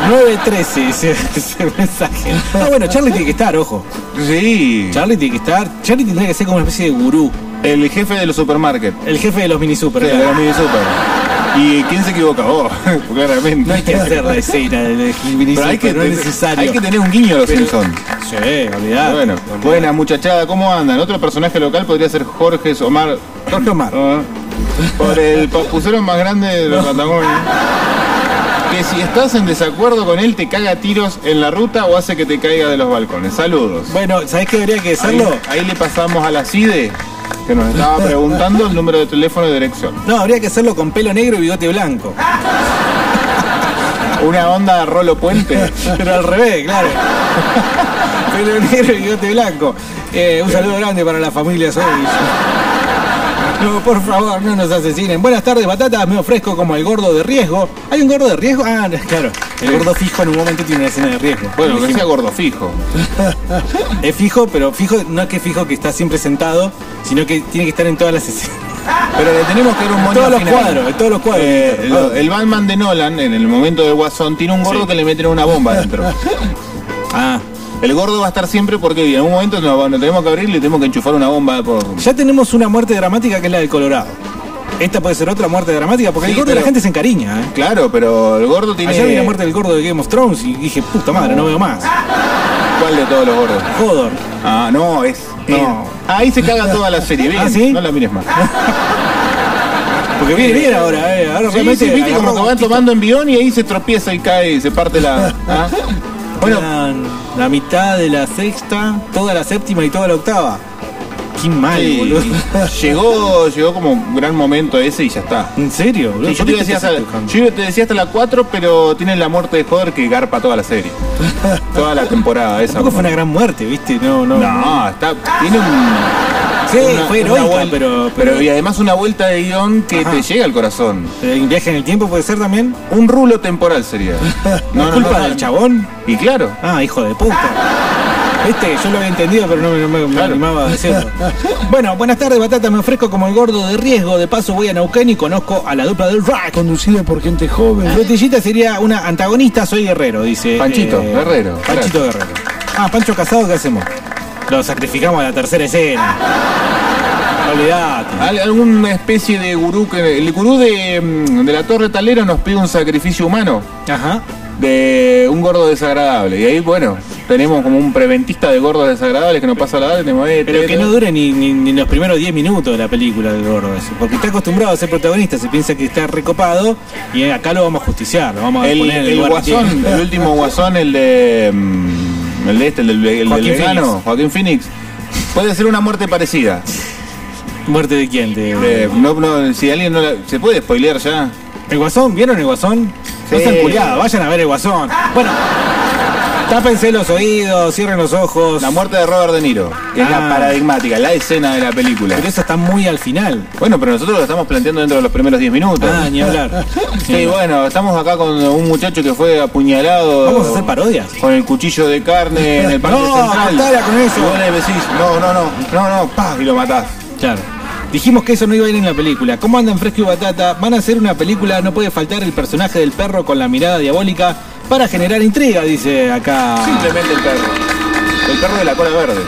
B: 913 ese, ese mensaje. Ah, bueno, Charlie tiene que estar, ojo.
H: Sí.
B: Charlie tiene que estar. Charlie tendría que ser como una especie de gurú.
H: El jefe de los supermarkets.
B: El jefe de los mini super.
H: Sí,
B: claro.
H: era mi super. ¿Y quién se equivoca? Vos, claramente.
B: No hay que hacer la escena del mini
H: Pero hay
B: super,
H: que,
B: no es
H: tener-
B: necesario.
H: hay que tener un guiño a los
B: Pero-
H: Simpsons.
B: Sí, olvidate.
H: Bueno,
B: olvidate.
H: buena muchachada, ¿cómo andan? Otro personaje local podría ser Jorge Omar.
B: Jorge Omar.
H: Ah, por el papucero más grande de los Patagonios. Que si estás en desacuerdo con él, te caga a tiros en la ruta o hace que te caiga de los balcones. Saludos.
B: Bueno, ¿sabés qué habría que
H: Ahí,
B: hacerlo?
H: ahí le pasamos a la CIDE, E, que nos estaba preguntando el número de teléfono y dirección.
B: No, habría que hacerlo con pelo negro y bigote blanco.
H: Una onda Rolo Puente.
B: Pero al revés, claro. Pelo negro y bigote blanco. Eh, un saludo grande para la familia Sobis. No, por favor, no nos asesinen. Buenas tardes, batatas. Me ofrezco como el gordo de riesgo. ¿Hay un gordo de riesgo? Ah, no, claro. El gordo fijo en un momento tiene una escena de riesgo.
H: Bueno, que
B: Dijimos.
H: sea gordo fijo.
B: Es fijo, pero fijo, no es que fijo que está siempre sentado, sino que tiene que estar en todas las escenas.
H: Pero le tenemos que dar un moño
B: todos
H: al
B: los
H: final.
B: cuadros, en todos los cuadros.
H: Eh, lo- el Batman de Nolan, en el momento de Guasón, tiene un gordo que le meten una bomba adentro.
B: Ah.
H: El gordo va a estar siempre porque en algún momento nos, nos tenemos que abrir y le tenemos que enchufar una bomba por.
B: Ya tenemos una muerte dramática que es la del Colorado. Esta puede ser otra muerte dramática porque
H: Sí,
B: el gordo de
H: pero-
B: la gente se encariña. ¿eh?
H: Claro, pero el gordo tiene.
B: Ayer vi la muerte del gordo de Game of Thrones y dije, puta madre, no veo más.
H: ¿Cuál de todos los gordos?
B: Jodor.
H: Ah, no, es.
B: No.
H: eh, ahí se caga toda la serie, bien.
B: ¿Ah, sí?
H: No la mires más.
B: Porque viene bien ahora, eh. Ahora
H: Sí,
B: realmente
H: sí, viste
B: agarró
H: como que van
B: gustito.
H: tomando envión y ahí se tropieza y cae y se parte la. ¿ah?
B: Bueno, la mitad de la sexta, toda la séptima y toda la octava. Qué mal,
H: Sí,
B: boludo.
H: Llegó, llegó como un gran momento ese y ya está.
B: ¿En serio? boludo?
H: Sí, yo,
B: ¿Por
H: te
B: qué
H: iba a decir
B: estás
H: hasta-
B: enojando?
H: yo te decía hasta la 4, pero tiene la muerte de Joder que garpa toda la serie. toda la temporada esa.
B: Tampoco fue
H: como-
B: una gran muerte, ¿viste? No, no.
H: No, está, tiene un.
B: Sí, fue heroica,
H: vuel-
B: pero-
H: pero.
B: pero-
H: y además una vuelta de guión que
B: Ajá.
H: te llega al corazón.
B: ¿Un viaje en el tiempo puede ser también?
H: Un rulo temporal sería.
B: No, culpa del chabón?
H: Y claro.
B: Ah, hijo de puta. Viste, yo lo había entendido, pero no me, no me- me animaba a decirlo. Bueno, buenas tardes, Batata. Me ofrezco como el gordo de riesgo. De paso voy a Nauquén y conozco a la dupla del rock.
F: Conducida por gente joven.
B: Frutillita sería una antagonista, soy guerrero, dice. eh,
H: Panchito, Guerrero.
B: Panchito Guerrero. Ah, Pancho Casado, ¿qué hacemos? Lo sacrificamos a la tercera escena. Olvidate.
H: Al- alguna especie de gurú que. El gurú de, mm, de la Torre Talero nos pide un sacrificio humano.
B: Ajá.
H: De un gordo desagradable. Y ahí, bueno, tenemos como un preventista de gordos desagradables que nos pasa la edad y eh, te mueve,
B: Pero
H: te-
B: que no dure ni, ni- ni los primeros 10 minutos de la película del gordo ese, porque está acostumbrado a ser protagonista, se piensa que está recopado y acá lo vamos a justiciar, lo vamos a
H: El,
B: poner en el,
H: el
B: lugar que
H: guasón,
B: tiene.
H: el último guasón, el de. mm, El de este, el del, el del
B: Joaquín
H: vegano,
B: Phoenix.
H: Joaquín Phoenix. Puede ser una muerte parecida.
B: ¿Muerte de quién? De-
H: Eh, no, no, si alguien no la- ¿Se puede spoilear ya?
B: ¿El guasón? ¿Vieron el guasón?
H: Sí.
B: No sean culiados, vayan a ver el guasón. Bueno, tápense los oídos, cierren los ojos.
H: La muerte de Robert De Niro, que es la
B: Ah.
H: paradigmática, la escena de la película.
B: Pero eso está muy al final.
H: Bueno, pero nosotros lo estamos planteando dentro de los primeros 10 minutos.
B: Ah, ni hablar.
H: Sí, bueno, estamos acá con un muchacho que fue apuñalado.
B: Vamos a hacer parodias.
H: Con el cuchillo de carne en el parque
B: No,
H: central.
B: matala con eso.
H: Y vos le decís, no, no, no, no, no, pa, y lo matás.
B: Claro. Dijimos que eso no iba a ir en la película. ¿Cómo andan Fresco y Batata? Van a hacer una película, no puede faltar el personaje del perro con la mirada diabólica para generar intriga, dice acá.
H: Simplemente el perro. El perro de la cola verde.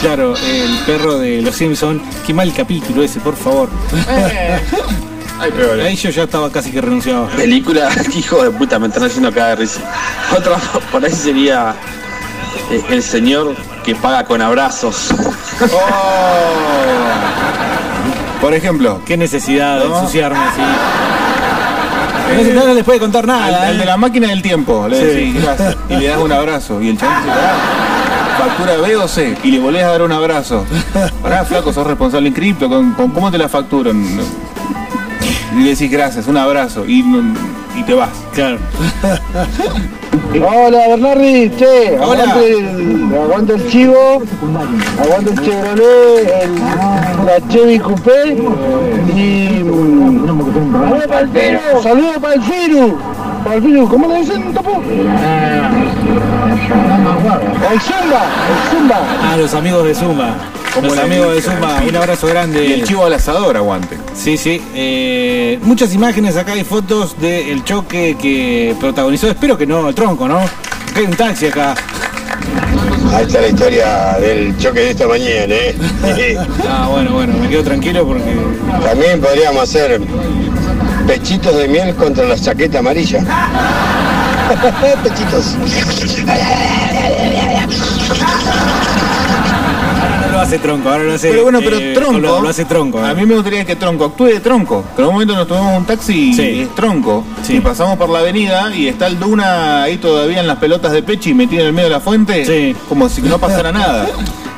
B: Claro, el perro de los Simpson. Qué mal capítulo ese, por favor.
H: Eh.
N: Ay, peor.
B: Ahí yo ya estaba casi que renunciado.
N: Película, hijo de puta, me están haciendo cada risa. Otra por ahí sería eh, El señor que paga con abrazos.
H: Oh. Por ejemplo,
B: Qué necesidad de
H: ¿No? Eh.
B: ensuciarme así. No se- no, no les puede contar nada.
H: al, al
B: ¿eh?
H: de la máquina del tiempo, le
B: Sí.
H: decís, gracias, y le das un abrazo. Y el chabón dice, pará, factura B o C, y le volvés a dar un abrazo. Pará, flaco, sos responsable en cripto, ¿con, con cómo te la facturan? Y le decís, gracias, un abrazo, y, no- y te vas.
B: Claro.
D: Hola Bernardi, che,
H: Hola.
D: aguante el, aguante el chivo, aguante el Chevrolet, el, la Chevy Coupé y... ¡Saludos para el Firu! ¡Saludos para el Firu! Para el Firu, ¿cómo le dicen, topo? El Zumba, el Zumba.
B: Ah, los amigos de Zumba.
H: Como
B: los
H: la
B: amigos de
H: mija,
B: Zumba,
H: sí.
B: un abrazo grande.
H: Y el chivo al asador aguante.
B: Sí, sí. eh, muchas imágenes acá y fotos del choque que protagonizó. Espero que no el tronco, ¿no? Que hay un taxi acá.
T: Ahí está la historia del choque de esta mañana, ¿eh?
B: Ah, bueno, bueno, me quedo tranquilo porque.
T: También podríamos hacer pechitos de miel contra la chaqueta amarilla. pechitos.
B: Ahora lo hace tronco, ahora lo hace.
H: Pero bueno, pero
B: eh,
H: tronco.
B: Colón, Lo hace tronco.
H: A mí me gustaría que Tronco actúe de Tronco. Que en un momento nos tomamos un taxi y
B: Sí.
H: es Tronco.
B: Sí.
H: Y pasamos por la avenida y está el Duna ahí todavía en las pelotas de Pechi metido en el medio de la fuente.
B: Sí.
H: Como si no pasara nada.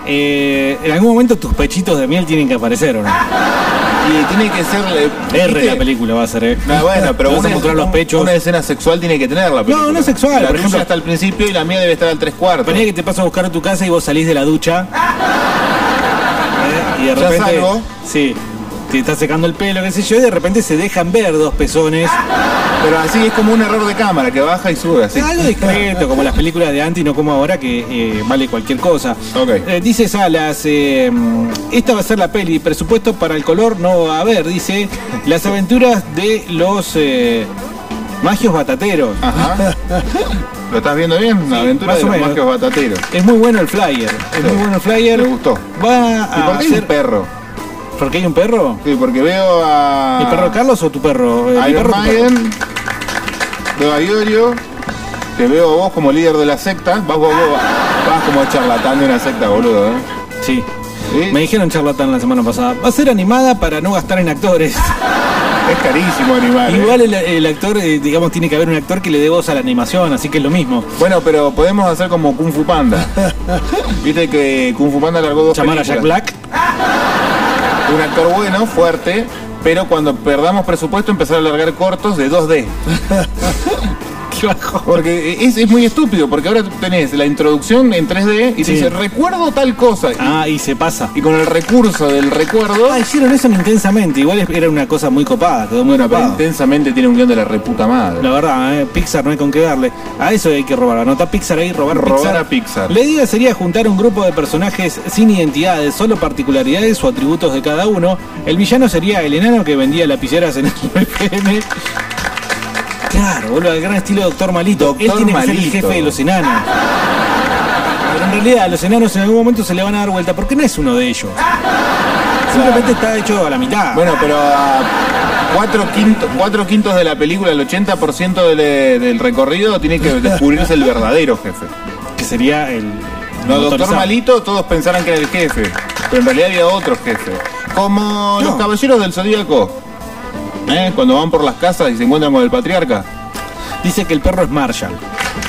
B: Eh, en algún momento tus pechitos de miel tienen que aparecer, ¿o no?
H: Y tiene que ser. eh,
B: R
H: Ah, ¿viste?
B: la película va a ser, ¿eh?
H: Ah, bueno, pero
B: Vas a
H: una,
B: mostrar los
H: un-
B: pechos.
H: una escena sexual tiene que tenerla.
B: No, no es sexual,
H: La
B: por ejemplo.
H: tuya está al principio y la mía debe estar al tres cuartos.
B: Ponía que te paso a buscar a tu casa y vos salís de la ducha. ¿eh? Y de
H: Ya
B: repente.
H: salgo.
B: Sí. Te está secando el pelo, qué sé yo, y de repente se dejan ver dos pezones.
H: Pero así es como un error de cámara que baja y sube. Así.
B: Es Algo discreto, como las películas de antes y no como ahora que eh, vale cualquier cosa.
H: Ok.
B: Eh, dice Salas, eh, esta va a ser la peli, presupuesto para el color no va a haber, dice, las aventuras de los eh, magios batateros.
H: Ajá. ¿Lo estás viendo bien? La aventura
B: más
H: de
B: o
H: los
B: menos.
H: magios batateros.
B: Es muy bueno el flyer, es muy bueno el flyer.
H: Me gustó.
B: Va
H: ¿Y por
B: a
H: qué hay un
B: ser...
H: perro?
B: ¿Porque hay un perro?
H: Sí, porque veo a.
B: ¿El perro Carlos o tu perro? Eh, mi
H: Iron
B: perro, tu perro.
H: Maiden, veo a Iorio, te veo a vos como líder de la secta, vas, vos, vos, vas como charlatán de una secta, boludo. ¿eh?
B: Sí.
H: ¿Sí?
B: Me dijeron charlatán la semana pasada. Va a ser animada para no gastar en actores.
H: Es carísimo animal. eh.
B: Igual el, el actor, eh, digamos, tiene que haber un actor que le dé voz a la animación, así que es lo mismo.
H: Bueno, pero podemos hacer como Kung Fu Panda. Viste que Kung Fu Panda largó dos
B: Llamar a Jack
H: películas. Un actor bueno, fuerte, pero cuando perdamos presupuesto empezar a largar cortos de 2D. Porque e-, es, es muy estúpido, porque ahora tenés la introducción en 3D
B: Sí.
H: y te dice recuerdo tal cosa.
B: Ah, y se pasa.
H: Y con el recurso del recuerdo.
B: Ah, hicieron eso en intensamente. Igual es- era una cosa muy copada, quedó muy
H: Bueno, pero
B: copado.
H: intensamente tiene un guión de la reputa madre.
B: La verdad, eh, Pixar no hay con qué darle. A eso hay que robar. Anota Pixar ahí, robar,
H: Robar
B: Pixar.
H: a Pixar.
B: La idea sería juntar un grupo de personajes sin identidades, solo particularidades o atributos de cada uno. El villano sería el enano que vendía lapiceras en el FM. Claro, boludo, el gran estilo Doctor Malito. Él
H: Doctor
B: tiene que ser el
H: Malito.
B: jefe de los enanos. Pero en realidad a los enanos en algún momento se le van a dar vuelta porque no es uno de ellos. Simplemente está hecho a la mitad.
H: Bueno, pero a cuatro, quinto- cuatro quintos de la película, el 80% del, del recorrido tiene que descubrirse el verdadero jefe.
B: Que sería el.
H: No, doctor
B: motorizado.
H: Malito, todos pensaran que era el jefe, pero en realidad había otro jefe. Como los caballeros del zodíaco. ¿eh? Cuando van por las casas y se encuentran con el patriarca.
B: Dice que el perro es Marshall.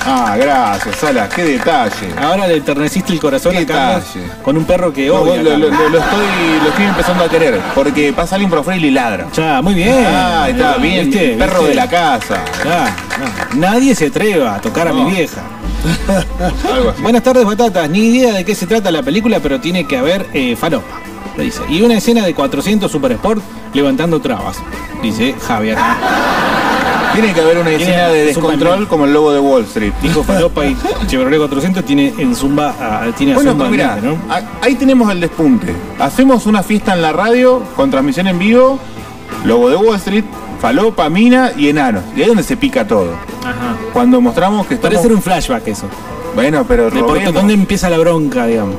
H: Ah, gracias, Sala, qué detalle.
B: Ahora le enterneciste el corazón
H: Qué
B: a Carlos
H: detalle.
B: con un perro que
H: No,
B: odia.
H: vos lo,
B: a
H: lo-
B: Carlos.
H: lo- lo estoy, lo estoy empezando a querer, porque pasa alguien por afuera y le ladra.
B: Ya, muy bien.
H: Ah, está
B: Eh,
H: bien,
B: ¿viste?
H: perro
B: ¿viste?
H: de la casa.
B: Ya, no. Nadie se atreva a tocar a
H: No.
B: mi vieja.
H: Algo así.
B: Buenas tardes, batatas. Ni idea de qué se trata la película, pero tiene que haber eh, falopa. lo Dice. Y una escena de 400 Super Sport levantando trabas. Dice Javier.
H: Tiene que haber una
B: Tiene
H: escena de
B: Superman.
H: descontrol como el lobo de Wall Street.
B: Dijo Falopa y Chevrolet 400 tiene en Zumba, ah, tiene a
H: Bueno,
B: Zumba
H: pero mirá,
B: ambiente, ¿no?
H: a- ahí tenemos el despunte. Hacemos una fiesta en la radio con transmisión en vivo, lobo de Wall Street, falopa, mina y enanos. Y ahí es donde se pica todo.
B: Ajá.
H: Cuando mostramos que estamos...
B: Parece ser un flashback eso.
H: Bueno, pero
B: De por
H: robemos.
B: dónde empieza la bronca, digamos.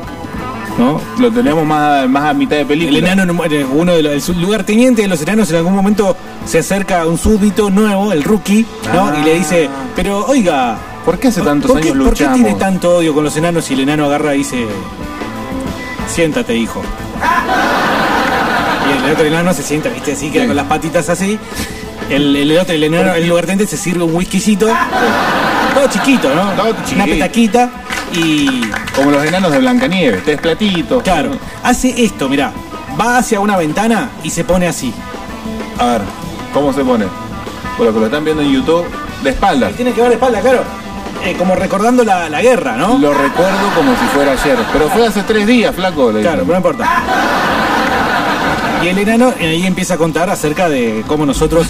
B: ¿No?
H: lo tenemos más, más a mitad de
B: El
H: película.
B: enano, no muere, uno de los, el lugarteniente de los enanos en algún momento se acerca a un súbdito nuevo, el rookie, ¿no?
H: Ah.
B: Y le dice, pero oiga,
H: ¿Por qué hace tantos
B: ¿por qué,
H: años
B: por qué
H: luchamos?
B: tiene tanto odio con los enanos y el enano agarra y dice, siéntate, hijo? Y el otro enano se sienta, viste, así, que
H: Sí.
B: con las patitas así. El, el otro, el enano, el lugarteniente se sirve un whiskycito, todo chiquito, ¿no?
H: Todo
B: Una
H: chiquito.
B: petaquita y
H: Como los enanos de Blancanieves, tres platitos.
B: Claro, hace esto, mirá. Va hacia una ventana y se pone así.
H: A ver, ¿cómo se pone? Por lo que lo están viendo en YouTube, de espaldas.
B: Tiene que ver la espalda, claro. Eh, como recordando la, la guerra, ¿no?
H: Lo recuerdo como si fuera ayer. Pero fue hace tres días, flaco. le
B: Claro, pero
H: digo.
B: no importa. Y el enano eh, ahí empieza a contar acerca de cómo nosotros.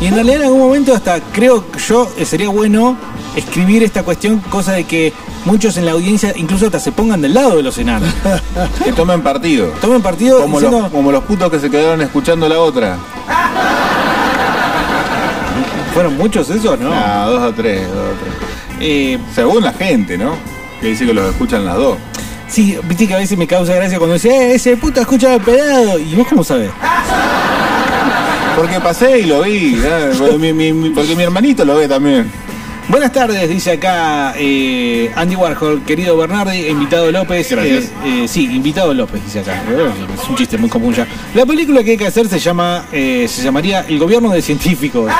B: Y en realidad en algún momento hasta creo que yo eh, sería bueno escribir esta cuestión, cosa de que muchos en la audiencia incluso hasta se pongan del lado de los enanos.
H: Que tomen partido.
B: Tomen partido
H: Como
B: diciendo,
H: los, como los putos que se quedaron escuchando la otra.
B: fueron muchos esos, ¿no?
H: Ah, dos o tres, dos o tres.
B: Eh,
H: Según la gente, ¿no? Que dice que los escuchan las dos.
B: Sí, viste que a veces me causa gracia cuando dice, "Eh, ese puto escucha el pelado. ¿Y vos cómo sabés?
H: Porque pasé y lo vi. ¿eh? Porque, mi, mi- mi- porque mi hermanito lo ve también.
B: Buenas tardes, dice acá eh, Andy Warhol, querido Bernardi, invitado López.
H: Gracias.
B: Eh, eh, sí, invitado López, dice acá. Eh, Es un chiste muy común ya. La película que hay que hacer se llama, eh, se llamaría El gobierno de científicos.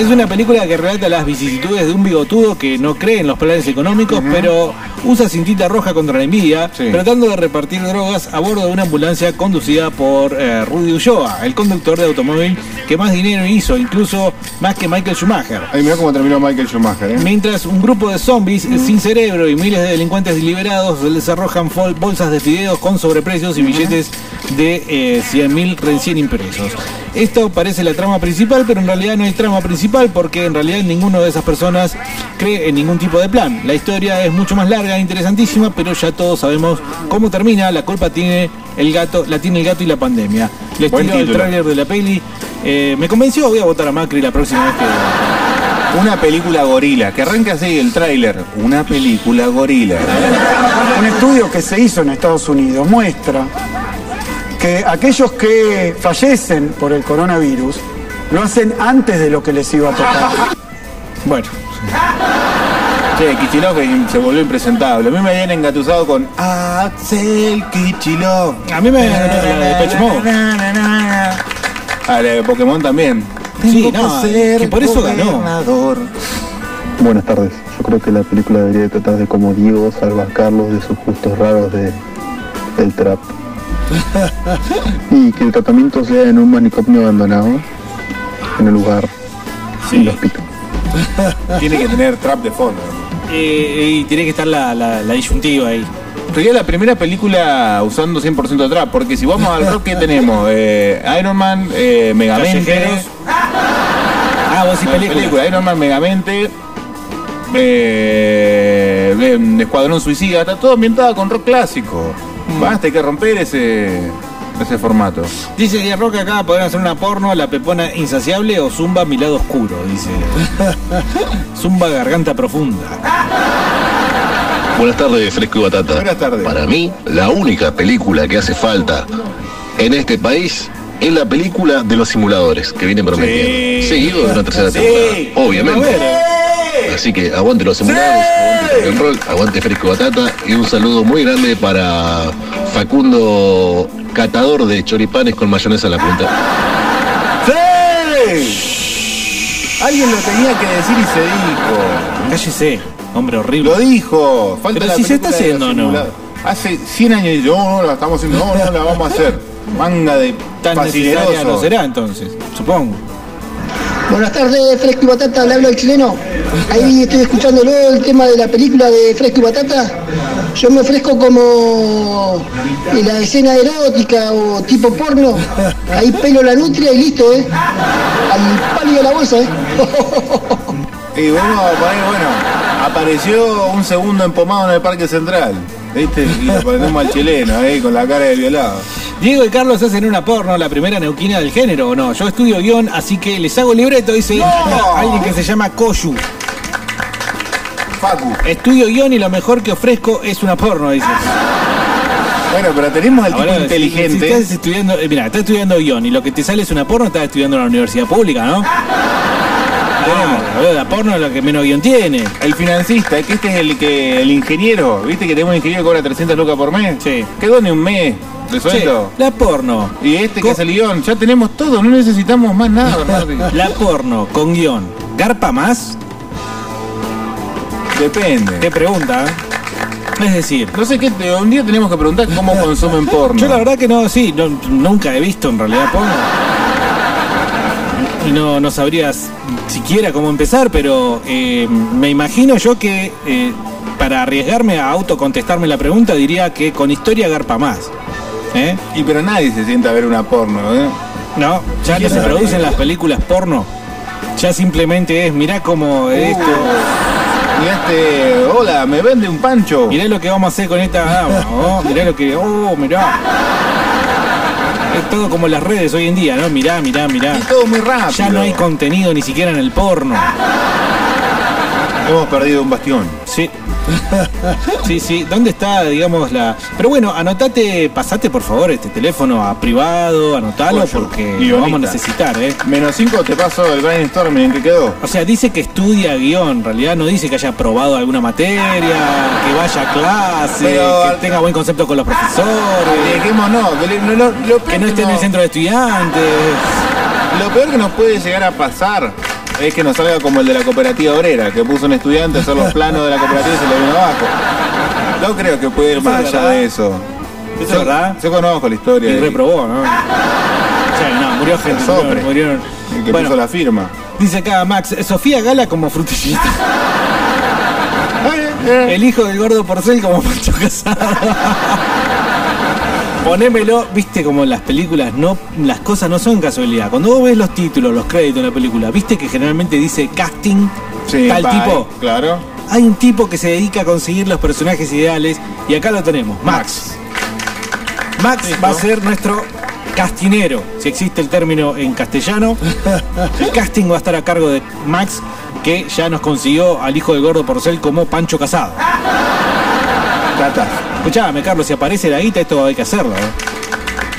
B: Es una película que relata las vicisitudes de un bigotudo que no cree en los planes económicos, pero usa cintita roja contra la envidia,
H: Sí.
B: tratando de repartir drogas a bordo de una ambulancia conducida por eh, Rudy Ulloa, el conductor de automóvil que más dinero hizo, incluso más que Michael Schumacher.
H: Ay, mirá cómo terminó Michael Schumacher, ¿eh?
B: Mientras un grupo de zombies sin cerebro y miles de delincuentes liberados les arrojan fol- bolsas de fideos con sobreprecios y billetes de eh, 100.000 recién impresos. Esto parece la trama principal, pero en realidad no hay trama principal porque en realidad ninguno de esas personas cree en ningún tipo de plan. La historia es mucho más larga e interesantísima, pero ya todos sabemos cómo termina. La culpa tiene el gato, la tiene el gato y la pandemia. Les
H: Buen
B: tiro el
H: título.
B: tráiler de la peli. Eh, me convenció, voy a votar a Macri la próxima vez que...
H: Una película gorila. Que arranca así el tráiler. Una película gorila.
U: Un estudio que se hizo en Estados Unidos muestra que aquellos que fallecen por el coronavirus lo hacen antes de lo que les iba a tocar.
B: Bueno.
H: Che, Kichilov se volvió impresentable. A mí me habían engatusado con Axel Kichilov.
B: A mí me ganó la de Pech Mode.
H: A Ah, la de Pokémon también.
B: Sí, no, que por eso ganó.
A: Buenas tardes. Yo creo que la película debería tratar de como Diego salva a Carlos de sus gustos raros de, del trap. y que el tratamiento sea en un manicomio abandonado, en el lugar, en el hospital.
H: Tiene que tener trap de fondo.
B: Eh, y tiene que estar la, la, la disyuntiva ahí.
H: Sería la primera película usando 100% trap, porque si vamos al rock, ¿qué tenemos? Eh, Iron Man, eh, Megamente.
B: Callejeros. Ah, vos sí
H: No,
B: película.
H: Iron Man, Megamente. eh, em, Escuadrón Suicida. Está todo ambientado con rock clásico.
B: Mm.
H: Basta, hay que romper ese, ese formato.
B: Dice Díaz Roca acá, podrán hacer una porno, la pepona insaciable o zumba mi lado oscuro, dice. zumba garganta profunda.
V: Buenas tardes, Fresco y Batata.
B: Buenas tardes.
V: Para mí, la única película que hace falta en este país es la película de los simuladores, que viene prometiendo. Seguido de una tercera
C: Sí.
V: temporada, obviamente. Así que aguante los simuladores, aguante el rock and roll, aguante Fresco y Batata y un saludo muy grande para Facundo, catador de choripanes con mayonesa en la punta.
H: Alguien lo tenía que decir y se dijo.
B: Cállese, hombre horrible.
H: Lo dijo. Falta
B: Pero
H: la
B: si se está
H: película de los
B: haciendo o no.
H: simulados. Hace 100 años y yo, no, no la estamos haciendo, no, no la vamos a hacer. Manga de
B: Tan ¿eh? necesaria no será entonces, supongo.
W: Buenas tardes, Fresco y Batata, le hablo el chileno. Ahí estoy escuchándolo, el tema de la película de Fresco y Batata. Yo me ofrezco como en la escena erótica o tipo porno. Ahí pelo la nutria y listo, ¿eh? Al palo de la bolsa, ¿eh?
H: Y bueno, bueno, bueno, apareció un segundo empomado en el Parque Central. ¿Viste? Y lo ponemos al chileno, ahí, con la cara de violado.
B: Diego y Carlos hacen una porno, la primera neuquina del género, ¿o no? Yo estudio guión, así que les hago libreto, dice alguien que se llama Koyu.
H: Facu.
B: Estudio guión y lo mejor que ofrezco es una porno, dice.
H: Bueno, pero tenemos al
B: Ahora,
H: tipo Ah, inteligente.
B: Si, si estás estudiando, eh, mira, estás estudiando guión y lo que te sale es una porno, estás estudiando en la universidad pública, ¿no? Claro, boludo, la porno es lo que menos guión tiene.
H: El financista, que este es el que el ingeniero, ¿viste que tenemos un ingeniero que cobra 300 lucas por mes? Sí. Que done un mes de sueldo.
B: la porno.
H: Y este que es el guión, ya tenemos todo, no necesitamos más nada, Bernardi.
B: La porno con guión, ¿garpa más?
H: Depende.
B: Qué pregunta, ¿eh? Es decir,
H: no sé qué, un día tenemos que preguntar cómo consumen porno.
B: Yo la verdad que no, sí, no- nunca he visto en realidad porno. Y no, no sabrías siquiera cómo empezar, pero eh, me imagino yo que eh, para arriesgarme a autocontestarme la pregunta diría que con historia garpa más. ¿Eh?
H: Y pero nadie se sienta a ver una porno, ¿eh?
B: No, ya que se producen las películas porno, ya simplemente es, mirá cómo esto.
H: Uh. Mirá este, hola, me vende un pancho.
B: Mirá lo que vamos a hacer con esta dama, oh, mirá lo que, oh, mirá. Es todo como las redes hoy en día, ¿no? Mirá, mirá, mirá.
H: Es todo muy rápido.
B: Ya no hay contenido ni siquiera en el porno.
H: Hemos perdido un bastión.
B: Sí. Sí, sí. ¿Dónde está, digamos, la. Pero bueno, anotate, pasate por favor este teléfono a privado, anotalo porque lo vamos a necesitar, ¿eh?
H: Menos 5 te paso el brainstorming en que quedó.
B: O sea, dice que estudia guión, en realidad no dice que haya probado alguna materia, que vaya a clase,
H: Pero-
B: que tenga buen concepto con los profesores.
H: Dejémonos, que le- no, no, lo peor
B: Que no esté en el centro de estudiantes.
H: Lo peor que nos puede llegar a pasar es que nos salga como el de la cooperativa obrera, que puso un estudiante a hacer los planos de la cooperativa y se le vino abajo. No creo que pueda ir más
B: es
H: allá
B: verdad.
H: de eso.
B: ¿Eso
H: Yo-
B: es verdad?
H: Yo conozco la historia.
B: Y
H: de-
B: reprobó, ¿no? O sea, no, murió gente,
H: El sopre.
B: murieron. murieron.
H: El que
B: Bueno.
H: puso la firma.
B: Dice acá Max, Sofía Gala como frutillita.
H: Ah, eh,
B: El hijo del gordo porcel como Pancho Casado. Ponémelo, viste como en las películas no, las cosas no son casualidad. Cuando vos ves los títulos, los créditos de la película, viste que generalmente dice casting
H: Sí,
B: tal
H: bye,
B: tipo.
H: Claro.
B: Hay un tipo que se dedica a conseguir los personajes ideales y acá lo tenemos, Max. Max va a ser nuestro castinero, si existe el término en castellano. El casting va a estar a cargo de Max, que ya nos consiguió al hijo del gordo porcel como Pancho Casado. Escuchame, Carlos, si aparece la guita, esto hay que hacerlo. ¿eh?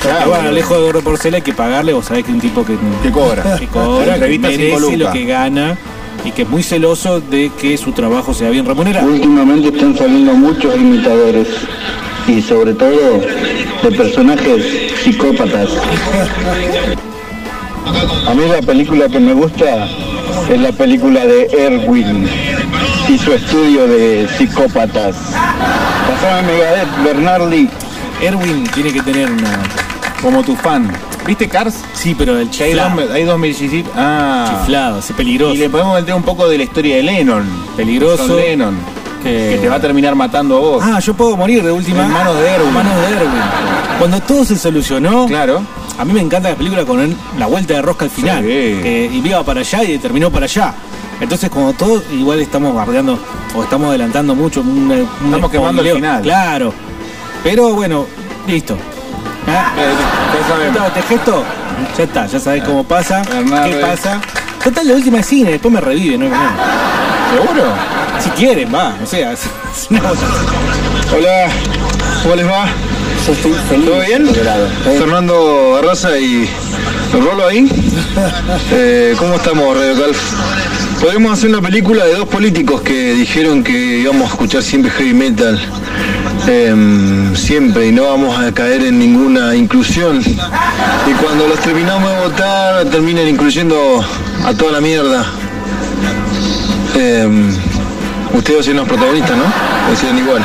H: Claro,
B: Porque, bueno,
H: boludo.
B: al hijo del gordo porcel hay que pagarle, vos sabés que un tipo que,
H: Que cobra.
B: que cobra, que
H: Entrevista cinco
B: merece lo
H: lucas.
B: que gana y que es muy celoso de que su trabajo sea bien remunerado.
A: Últimamente están saliendo muchos imitadores y sobre todo de personajes psicópatas.
F: A mí la película que me gusta es la película de Erwin y su estudio de psicópatas. Pasame Megadeth, Bernardi.
B: Erwin tiene que tener una. Como tu fan.
H: ¿Viste Cars?
B: Sí, pero el
H: Hay
B: chiflado.
H: dos, hay dos millisip- Ah.
B: Chiflado, es peligroso.
H: Y le podemos meter un poco de la historia de Lennon.
B: Peligroso.
H: John Lennon.
B: Que-
H: Que te va a terminar matando a vos.
B: Ah, yo puedo morir de última.
H: En manos de Erwin.
B: manos de Erwin. Cuando todo se solucionó. Claro. A mí me encanta la película con el- la vuelta de rosca al final. Que iba para allá y terminó para allá. Entonces, cuando todo, igual estamos bardeando o estamos adelantando mucho. un- un
H: Estamos quemando el
B: spoileo.
H: final.
B: Claro. Pero bueno, listo. ¿Ah?
H: Eh,
B: Gustavo, ¿Te este gesto? Ya está, ya sabés cómo pasa, qué
H: Bernardo.
B: pasa. Total, la última es cine, después me revive, no hay problema.
H: ¿Seguro?
B: Si quieren, va, o sea, es una cosa.
T: Hola, ¿cómo les va? ¿Todo bien? Fernando Barraza y Rolo ahí. Eh, ¿Cómo estamos, Radio Calf? Podríamos hacer una película de dos políticos que dijeron que íbamos a escuchar siempre heavy metal. Em, siempre, y no vamos a caer en ninguna inclusión. Y cuando los terminamos de votar, terminan incluyendo a toda la mierda. Em, ustedes son los protagonistas, ¿no? Decían igual.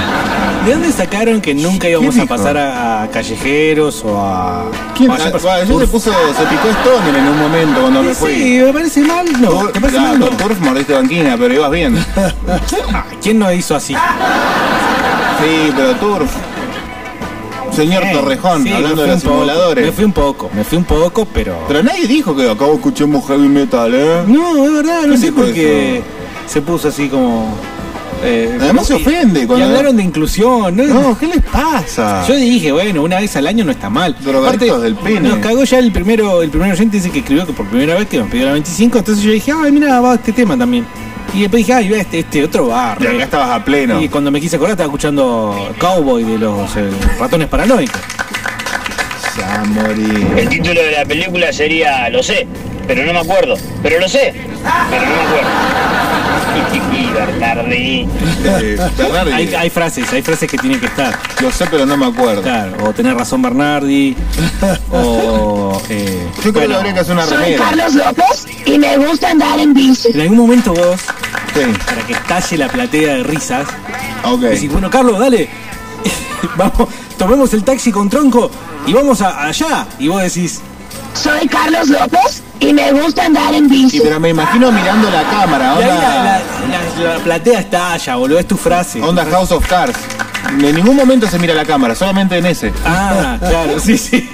B: ¿De dónde sacaron que nunca íbamos a pasar a, a callejeros o a.
H: ¿Quién?
B: o a-
H: Ah, yo se puso, se picó Stoner en un momento cuando me fui.
B: Sí, me parece mal, no. ¿Te parece mal? No.
H: Turf mordiste banquina, pero ibas bien.
B: Ah, ¿Quién no hizo así?
H: Sí, pero Turf. Señor
B: Eh,
H: Torrejón,
B: sí, me
H: hablando
B: fui
H: de los
B: un poco,
H: simuladores.
B: Me fui un poco, me fui un poco, pero.
H: Pero nadie dijo que acabo escuchemos heavy metal, ¿eh?
B: No, es verdad, no
H: ¿Quién
B: sé
H: dijo
B: por qué
H: eso?
B: se puso así como. eh,
H: Además se
B: como-
H: ofende
B: y
H: cuando-
B: hablaron de inclusión, ¿no? ¿qué les
H: pasa?
B: Yo dije, bueno, una vez al año no está mal.
H: Drogadictos del pene.
B: Nos cagó ya el primero, el primer oyente dice que escribió que por primera vez que nos pidió la 25, entonces yo dije, ay, mira, va este tema también. Y después dije, ay, va este, este otro bar.
H: Y acá estabas a pleno.
B: Y cuando me quise acordar estaba escuchando Cowboy de los eh, ratones paranoicos.
H: Ya morí.
K: El título de la película sería Lo sé, pero no me acuerdo. Pero lo sé, pero no me acuerdo. Bernardi.
H: Eh, Bernardi.
B: Hay, hay frases, hay frases que tienen que estar.
H: Lo sé, pero no me acuerdo.
B: Claro, o tener razón Bernardi, o... eh,
H: Yo creo que
B: bueno,
H: habría que hacer una
E: Soy
H: remera.
E: Carlos López y me gusta andar en bici.
B: En algún momento vos, para que estalle la platea de risas, decís, bueno, Carlos, dale, vamos, tomemos el taxi con tronco y vamos a- allá. Y vos decís,
E: Soy Carlos López y me gusta andar en bici.
H: Y pero me imagino mirando la cámara,
B: y ahí
H: onda.
B: la, la- la- la platea estalla, boludo, es tu frase.
H: Onda House of Cards. En ningún momento se mira la cámara, solamente en ese.
B: Ah, claro, sí, sí.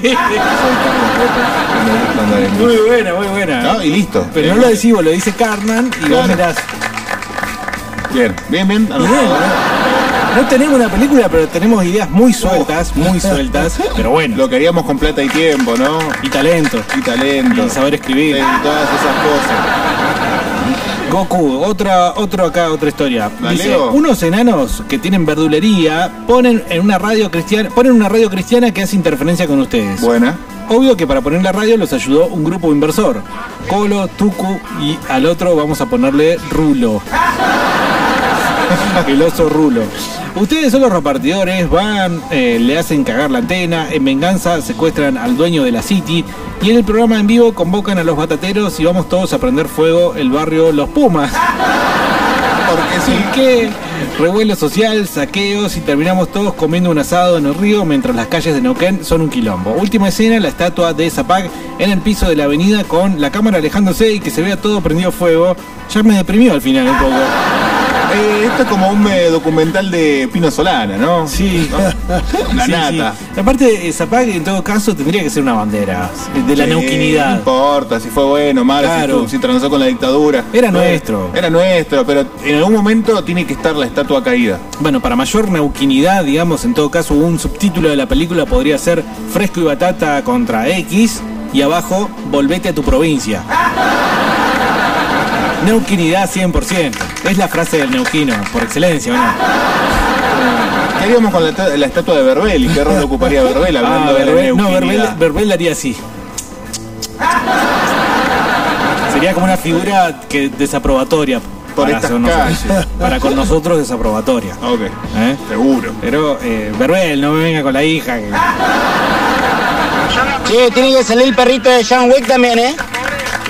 B: Muy buena, muy buena.
H: ¿No? Y listo.
B: Pero
H: Eh,
B: no lo decís vos, lo dice Carnan y vos
H: Claro.
B: mirás.
H: Bien, bien, bien. Ah,
B: Bien, No tenemos una película, pero tenemos ideas muy sueltas, muy sueltas. Pero bueno.
H: Lo queríamos con plata y tiempo, ¿no?
B: Y talento.
H: Y talento.
B: Y saber escribir.
H: Sí, y todas esas cosas.
B: Goku, otra, otro acá, otra historia.
H: ¿La
B: Dice,
H: leo?
B: unos enanos que tienen verdulería ponen en una radio cristiana, ponen una radio cristiana que hace interferencia con ustedes.
H: Buena.
B: Obvio que para poner la radio los ayudó un grupo inversor. Colo, Tucu y al otro vamos a ponerle Rulo. El oso Rulo. Ustedes son los repartidores, van, eh, le hacen cagar la antena, en venganza secuestran al dueño de la City y en el programa en vivo convocan a los batateros y vamos todos a prender fuego el barrio Los Pumas. Porque sí. ¿Qué? Revuelo social, saqueos y terminamos todos comiendo un asado en el río mientras las calles de Neuquén son un quilombo. Última escena, la estatua de Zapag en el piso de la avenida con la cámara alejándose y que se vea todo prendido fuego. Ya me deprimió al final un poco.
H: Eh, esto es como un eh, documental de Pino Solana, ¿no?
B: Sí.
H: La
B: Sí,
H: nata.
B: sí. Aparte, eh, Zapag en todo caso tendría que ser una bandera de la
H: Sí, No
B: neuquinidad.
H: importa si fue bueno, malo,
B: Claro.
H: si, tu- si transó con la dictadura.
B: Era nuestro.
H: Era nuestro, pero en algún momento tiene que estar la estatua caída.
B: Bueno, para mayor neuquinidad, digamos, en todo caso, un subtítulo de la película podría ser Fresco y Batata contra X y abajo, Volvete a tu provincia. Neuquinidad 100%. Es la frase del neuquino, por excelencia, ¿o no?
H: ¿Qué haríamos con la, ta- la estatua de Verbel? ¿Y qué rol ocuparía Verbel hablando
B: Ah,
H: de la
B: Verbel- no, Verbel,
H: neuquinidad?
B: Verbel haría así. Sería como una figura que desaprobatoria
H: Por
B: para,
H: estas
B: con nosotros-
H: calles.
B: para con nosotros desaprobatoria.
H: Ok,
B: ¿eh?
H: seguro.
B: Pero eh, Verbel, no me venga con la hija. que-
G: Che, tiene que salir el perrito de John Wick también, ¿eh?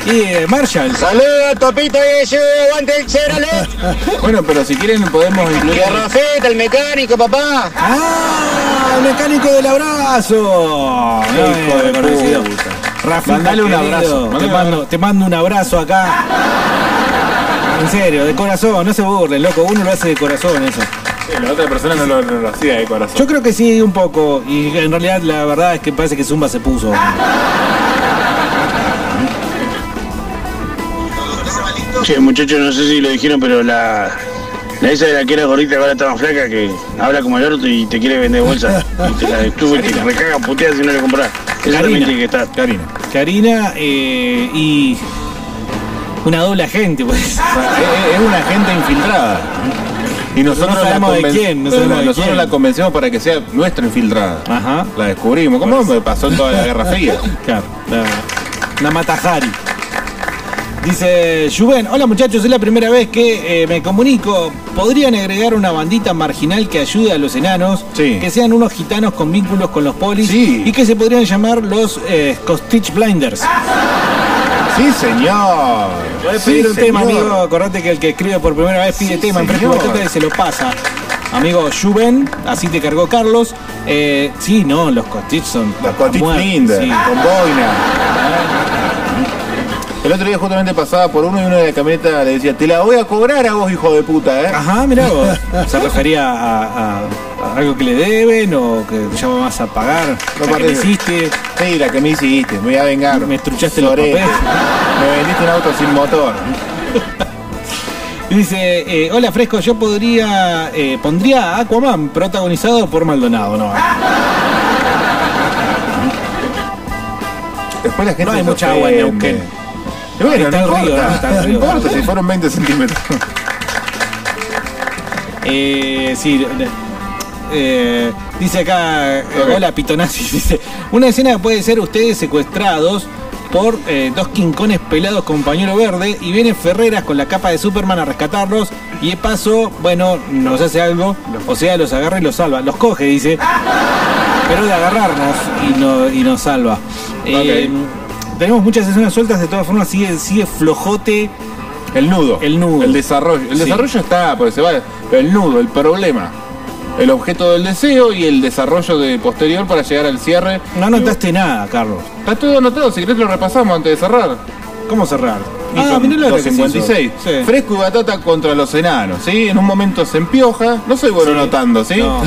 B: Y eh, Marshall.
G: Saludos, Topito y yo, aguante el Chevrolet.
H: Bueno, pero si quieren podemos incluir.
G: Y a Rafita, el mecánico, papá.
B: ¡Ah! El mecánico del abrazo.
H: Hijo
B: Eh,
H: de
B: conocido.
H: puta.
B: Rafita,
H: Mandale un
B: querido,
H: abrazo, mandale
B: Te
H: un
B: mando, te mando un abrazo acá. En serio, de corazón, no se burlen, loco. Uno lo hace de corazón eso.
H: La otra persona no lo, no lo hacía de corazón.
B: Yo creo que sí, un poco. Y en realidad la verdad es que parece que Zumba se puso.
I: Che, muchachos, no sé si lo dijeron, pero la, la esa de la que era gordita ahora está más flaca que habla como el orto y te quiere vender bolsa. Y te la detuvo y te la recaga puteada si no le compras. Eso
B: Karina.
I: también tiene que estar.
H: Karina.
B: Karina eh, y una doble agente, pues.
H: Es una agente infiltrada. Y nosotros,
B: No sabemos
H: la,
B: de
H: conven-
B: quién, no sabemos de
H: nosotros
B: quién.
H: la convencemos para que sea nuestra infiltrada.
B: Ajá.
H: La descubrimos. ¿Cómo me pasó en toda la Guerra Fría?
B: Claro, claro. Una matajari. Dice Juven, hola muchachos, es la primera vez que eh, me comunico. ¿Podrían agregar una bandita marginal que ayude a los enanos? Que sean unos gitanos con vínculos con los polis y que se podrían llamar los eh, Costitch Blinders.
H: Ah, Sí, señor.
B: Podés
H: Sí,
B: pedir un tema,
H: señor.
B: amigo. Acordate que el que escribe por primera vez pide tema en
H: señor.
B: Fresco Batata y se lo pasa. Amigo Juven, así te cargó Carlos. Eh, sí, no, los Costitch son. Los
H: Costitch Blinder, con El otro día justamente pasaba por uno y uno de la camioneta le decía, te la voy a cobrar a vos, hijo de puta, ¿eh?
B: Ajá, mirá vos. ¿Se refería a, a- a algo que le deben o que ya vas a pagar? ¿La que
H: No
B: le
H: parece.
B: hiciste?
H: Sí, la que me hiciste, me voy a vengar.
B: Me estruchaste los
H: Sorete.
B: papeles.
H: Me vendiste un auto sin motor.
B: Dice, eh, hola Fresco, yo podría, eh, pondría a Aquaman protagonizado por Maldonado, ¿no?
H: Después la gente
B: No hay
H: se
B: mucha agua en
H: ofende.
B: Neuquén.
H: Y bueno,
B: Está
H: no
B: el río,
H: importa,
B: ¿no? Está el
H: no
B: río.
H: importa si fueron 20 centímetros.
B: Eh, sí, eh, eh, dice acá, eh, hola Pitonazzi, dice, una escena puede ser ustedes secuestrados por eh, dos quincones pelados con pañuelo verde y viene Ferreras con la capa de Superman a rescatarlos y de paso, bueno, nos hace algo, o sea, los agarra y los salva, los coge, dice, pero de agarrarnos y, no- y nos salva. Eh, tenemos muchas escenas sueltas, de todas formas sigue, sigue flojote.
H: El nudo.
B: El nudo.
H: El desarrollo. El
B: Sí.
H: desarrollo está, porque se va. El nudo, el problema. El objeto del deseo y el desarrollo de posterior para llegar al cierre.
B: No anotaste nada, Carlos.
H: Está todo anotado, si querés lo repasamos antes de cerrar.
B: ¿Cómo cerrar?
H: Y
B: Ah,
H: son
B: mirá lo que
H: 256.
B: se hizo. Sí.
H: Fresco y batata contra los enanos, ¿sí? En un momento se empioja. No soy bueno anotando, ¿sí?
B: No.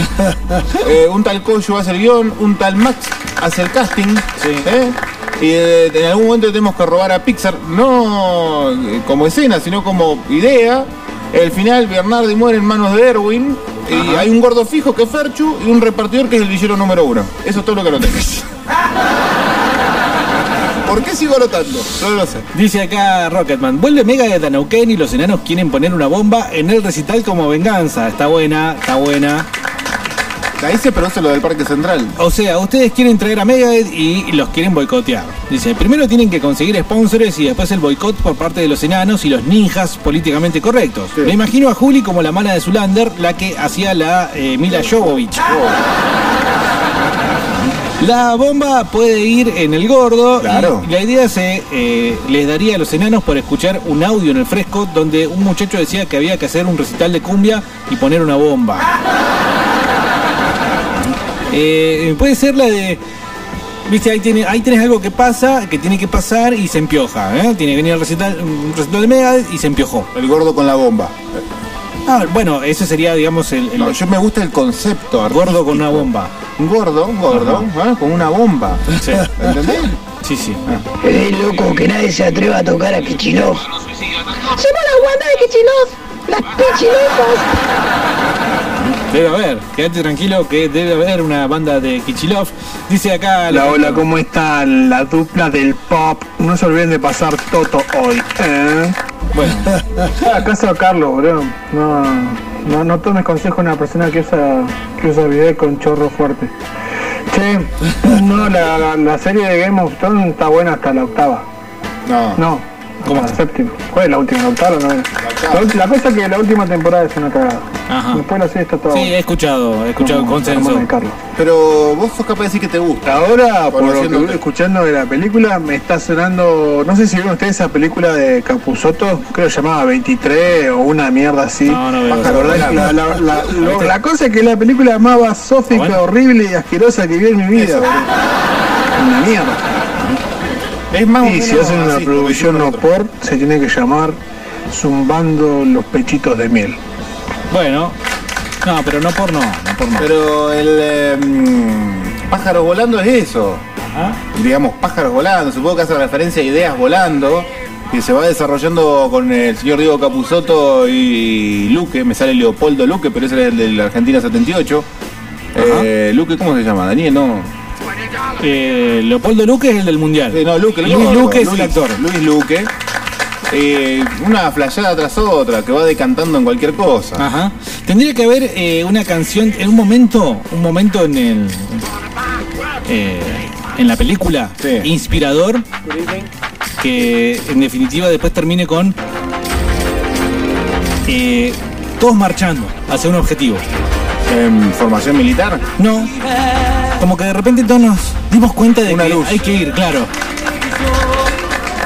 H: Eh, un tal Koyu hace el guión, un tal Max hace el casting. ¿eh? Y eh, en algún momento tenemos que robar a Pixar, no eh, como escena, sino como idea. El final, Bernardi muere en manos de Erwin. Y hay un gordo fijo que es Ferchu y un repartidor que es el villero número uno. Eso es todo lo que lo tenés. ¿Por qué sigo anotando? No lo sé.
B: Dice acá Rocketman, vuelve Mega de Danauken y los enanos quieren poner una bomba en el recital como venganza. Está buena, está buena.
H: Ahí se produce lo del Parque Central.
B: O sea, ustedes quieren traer a Megadeth y los quieren boicotear. Dice, primero tienen que conseguir sponsors y después el boicot por parte de los enanos y los ninjas políticamente correctos. Me imagino a Juli como la mala de Zulander, la que hacía la eh, Mila Jovovich. La bomba puede ir en el gordo.
H: Claro.
B: y la idea se eh, les daría a los enanos por escuchar un audio en el fresco donde un muchacho decía que había que hacer un recital de cumbia y poner una bomba. Eh, puede ser la de. Viste, ahí, tiene, ahí tenés algo que pasa, que tiene que pasar y se empioja. ¿eh? Tiene que venir al recital, un recital de Megadeth y se empiojó.
H: El gordo con la bomba.
B: Ah, bueno, ese sería, digamos, el. el-
H: No, yo me gusta el concepto.
B: Gordo con una bomba.
H: Un gordo, un gordo, ¿eh? con una bomba.
B: Sí.
H: ¿Entendés?
B: Sí, sí.
W: Eh, loco, que nadie se atreva a tocar a Kichilov.
E: Somos la guanda de Kichilov, las
I: pues.
E: pichilofas.
B: Debe haber, quédate tranquilo que debe haber una banda de Kichilov. Dice acá.
P: Hola, hola, ¿cómo están? La dupla del pop. No se olviden de pasar Toto hoy, ¿eh?
B: Bueno.
D: ¿Acaso Carlos, boludo? No, no, no tomes consejo a una persona que usa, que usa video con chorro fuerte. Che, no, la, la- la serie de Game of Thrones está buena hasta la octava.
H: No.
D: No. ¿Cómo? La séptima. ¿Cuál es la última? ¿La octava o la novena? La, la cosa es que la última temporada es una cagada.
A: Después la siesta estaba.
B: Sí, he escuchado, he escuchado el consenso.
P: Pero vos sos capaz de decir que te gusta. Ahora, por lo que vengo escuchando de la película, me está sonando. No sé si vieron ustedes esa película de Capuzotto, creo que llamaba 23 o una mierda así. ¿Te acordás? La, la- la- lo- la cosa es que es la película más basófica, horrible y asquerosa que vi en mi vida. boludo. Una mierda. Es más y si hacen una producción no por, se tiene que llamar Zumbando los pechitos de miel.
B: Bueno, no, pero no por no, no por no.
H: Pero el eh, mm, pájaros volando es eso.
P: ¿Ah?
H: Digamos, pájaros volando. Supongo que hace referencia a ideas volando. Que se va desarrollando con el señor Diego Capuzotto y Luque. Me sale Leopoldo Luque, pero ese es el de la Argentina 78. Eh, Luque, ¿cómo se llama? Daniel, no.
B: Eh, Leopoldo Luque es el del Mundial.
H: Eh, no, Luque, el
B: Luis
H: gordo,
B: Luque es el actor.
H: Luis Luque. Eh, una flayada tras otra, que va decantando en cualquier cosa.
B: Ajá. Tendría que haber eh, una canción, en un momento, un momento en el. eh, en la película, inspirador, que en definitiva después termine con. eh, todos marchando hacia un objetivo.
H: ¿Formación militar?
B: No. Como que de repente todos nos dimos cuenta de que hay que ir, claro.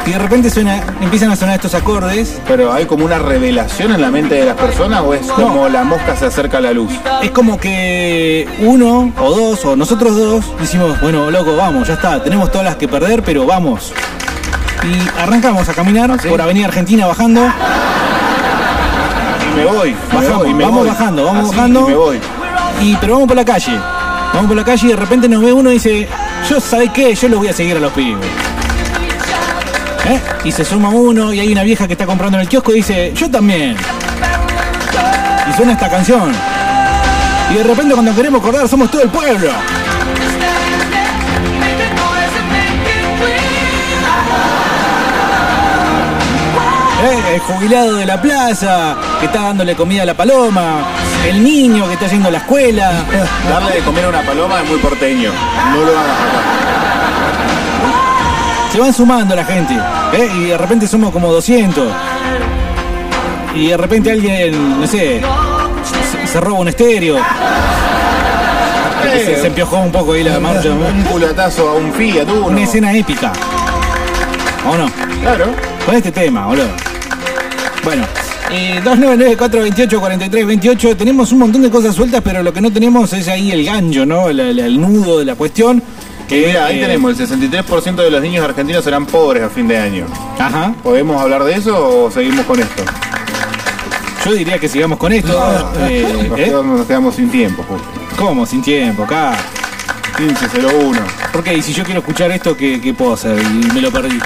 B: Y de repente suena, empiezan a sonar estos acordes.
H: Pero hay como una revelación en la mente de las personas o es como la mosca se acerca a la luz.
B: Es como que uno o dos o nosotros dos decimos, bueno, loco, vamos, ya está, tenemos todas las que perder, pero vamos. Y arrancamos a caminar por Avenida Argentina bajando.
H: Y me voy. me
B: Bajamos,
H: voy, y me
B: vamos
H: voy.
B: bajando, vamos
H: Así,
B: bajando.
H: y me voy.
B: Y pero vamos por la calle. Vamos por la calle y de repente nos ve uno y dice, yo sabés qué, yo los voy a seguir a los pibes. ¿Eh? Y se suma uno y hay una vieja que está comprando en el kiosco y dice, yo también. Y suena esta canción. Y de repente cuando queremos acordar somos todo el pueblo. Eh, El jubilado de la plaza, que está dándole comida a la paloma, el niño que está yendo a la escuela. Eh,
H: Darle de comer a una paloma es muy porteño. No lo hagas acá.
B: Se van sumando la gente, ¿eh? y de repente somos como 200. Y de repente alguien, no sé, se, se roba un estéreo.
H: Eh,
B: Se, se empiojó un poco ahí la marcha.
H: Un culatazo a un Fiat, uno.
B: Una escena épica. ¿O no?
H: Claro.
B: Con este tema, boludo. Bueno, eh, 299-428-4328. Tenemos un montón de cosas sueltas, pero lo que no tenemos es ahí el gancho, ¿no? La- la- el nudo de la cuestión.
H: Que mira, ahí
B: eh,
H: tenemos, el 63% de los niños argentinos serán pobres a fin de año.
B: Ajá.
H: ¿Podemos hablar de eso o seguimos con esto?
B: Yo diría que sigamos con esto.
H: Ah,
B: Eh,
H: nos,
B: ¿eh?
H: quedamos, nos quedamos sin tiempo, justo.
B: ¿Cómo? Sin tiempo, acá.
H: 1501.
B: ¿Por qué? Y si yo quiero escuchar esto, ¿qué, qué puedo hacer? Y me lo perdí.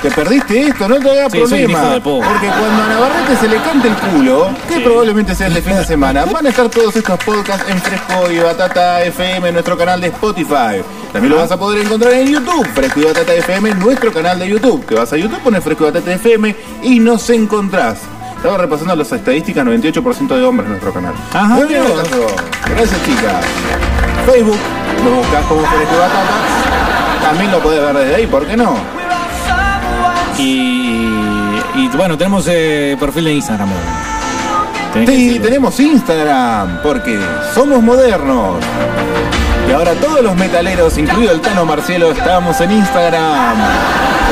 H: Te perdiste esto, no te hagas
B: Sí, soy un hijo
H: problema.
B: de pobre.
H: Porque cuando a Navarrete se le cante el culo, que probablemente sea este fin de semana, van a estar todos estos podcasts en Fresco y Batata FM en nuestro canal de Spotify. También lo vas a poder encontrar en YouTube, Fresco y Batata FM, en nuestro canal de YouTube. Te vas a YouTube, pones Fresco y Batata FM y nos encontrás. Estaba repasando las estadísticas, 98% de hombres en nuestro canal.
B: Ajá,
H: Muy bien,
B: mira.
H: Tato. Gracias, chicas. Facebook, lo buscas como Fresco y Batata. También lo podés ver desde ahí, ¿por qué no?
B: Y, y, bueno, tenemos eh, perfil de Instagram. Tenés que
H: Sí,
B: decirlo.
H: tenemos Instagram, porque somos modernos. Y ahora todos los metaleros, incluido el Tano Marcelo, estamos en Instagram.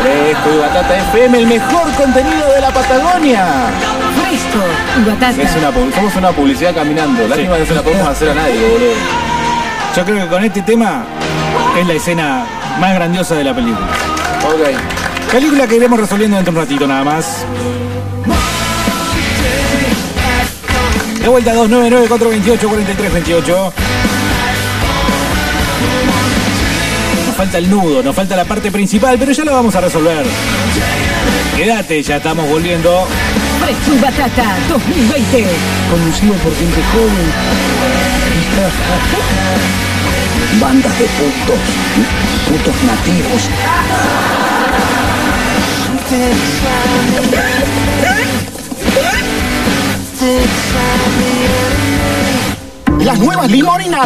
H: Fresco y Batata FM, el mejor contenido de la Patagonia.
J: Fresco y batata.
H: Es una, pub- somos una publicidad caminando. Lástima que no se la podemos hacer a nadie, boludo.
B: Yo creo que con este tema es la escena más grandiosa de la película.
H: Ok.
B: Película que iremos resolviendo dentro de un ratito nada más. De vuelta 299-428-4328. Nos falta el nudo, nos falta la parte principal, pero ya la vamos a resolver. Quédate, ya estamos volviendo.
J: Fresco y batata 2020.
L: Conducido por gente joven. Bandas de putos, putos nativos.
G: Las nuevas limoninas.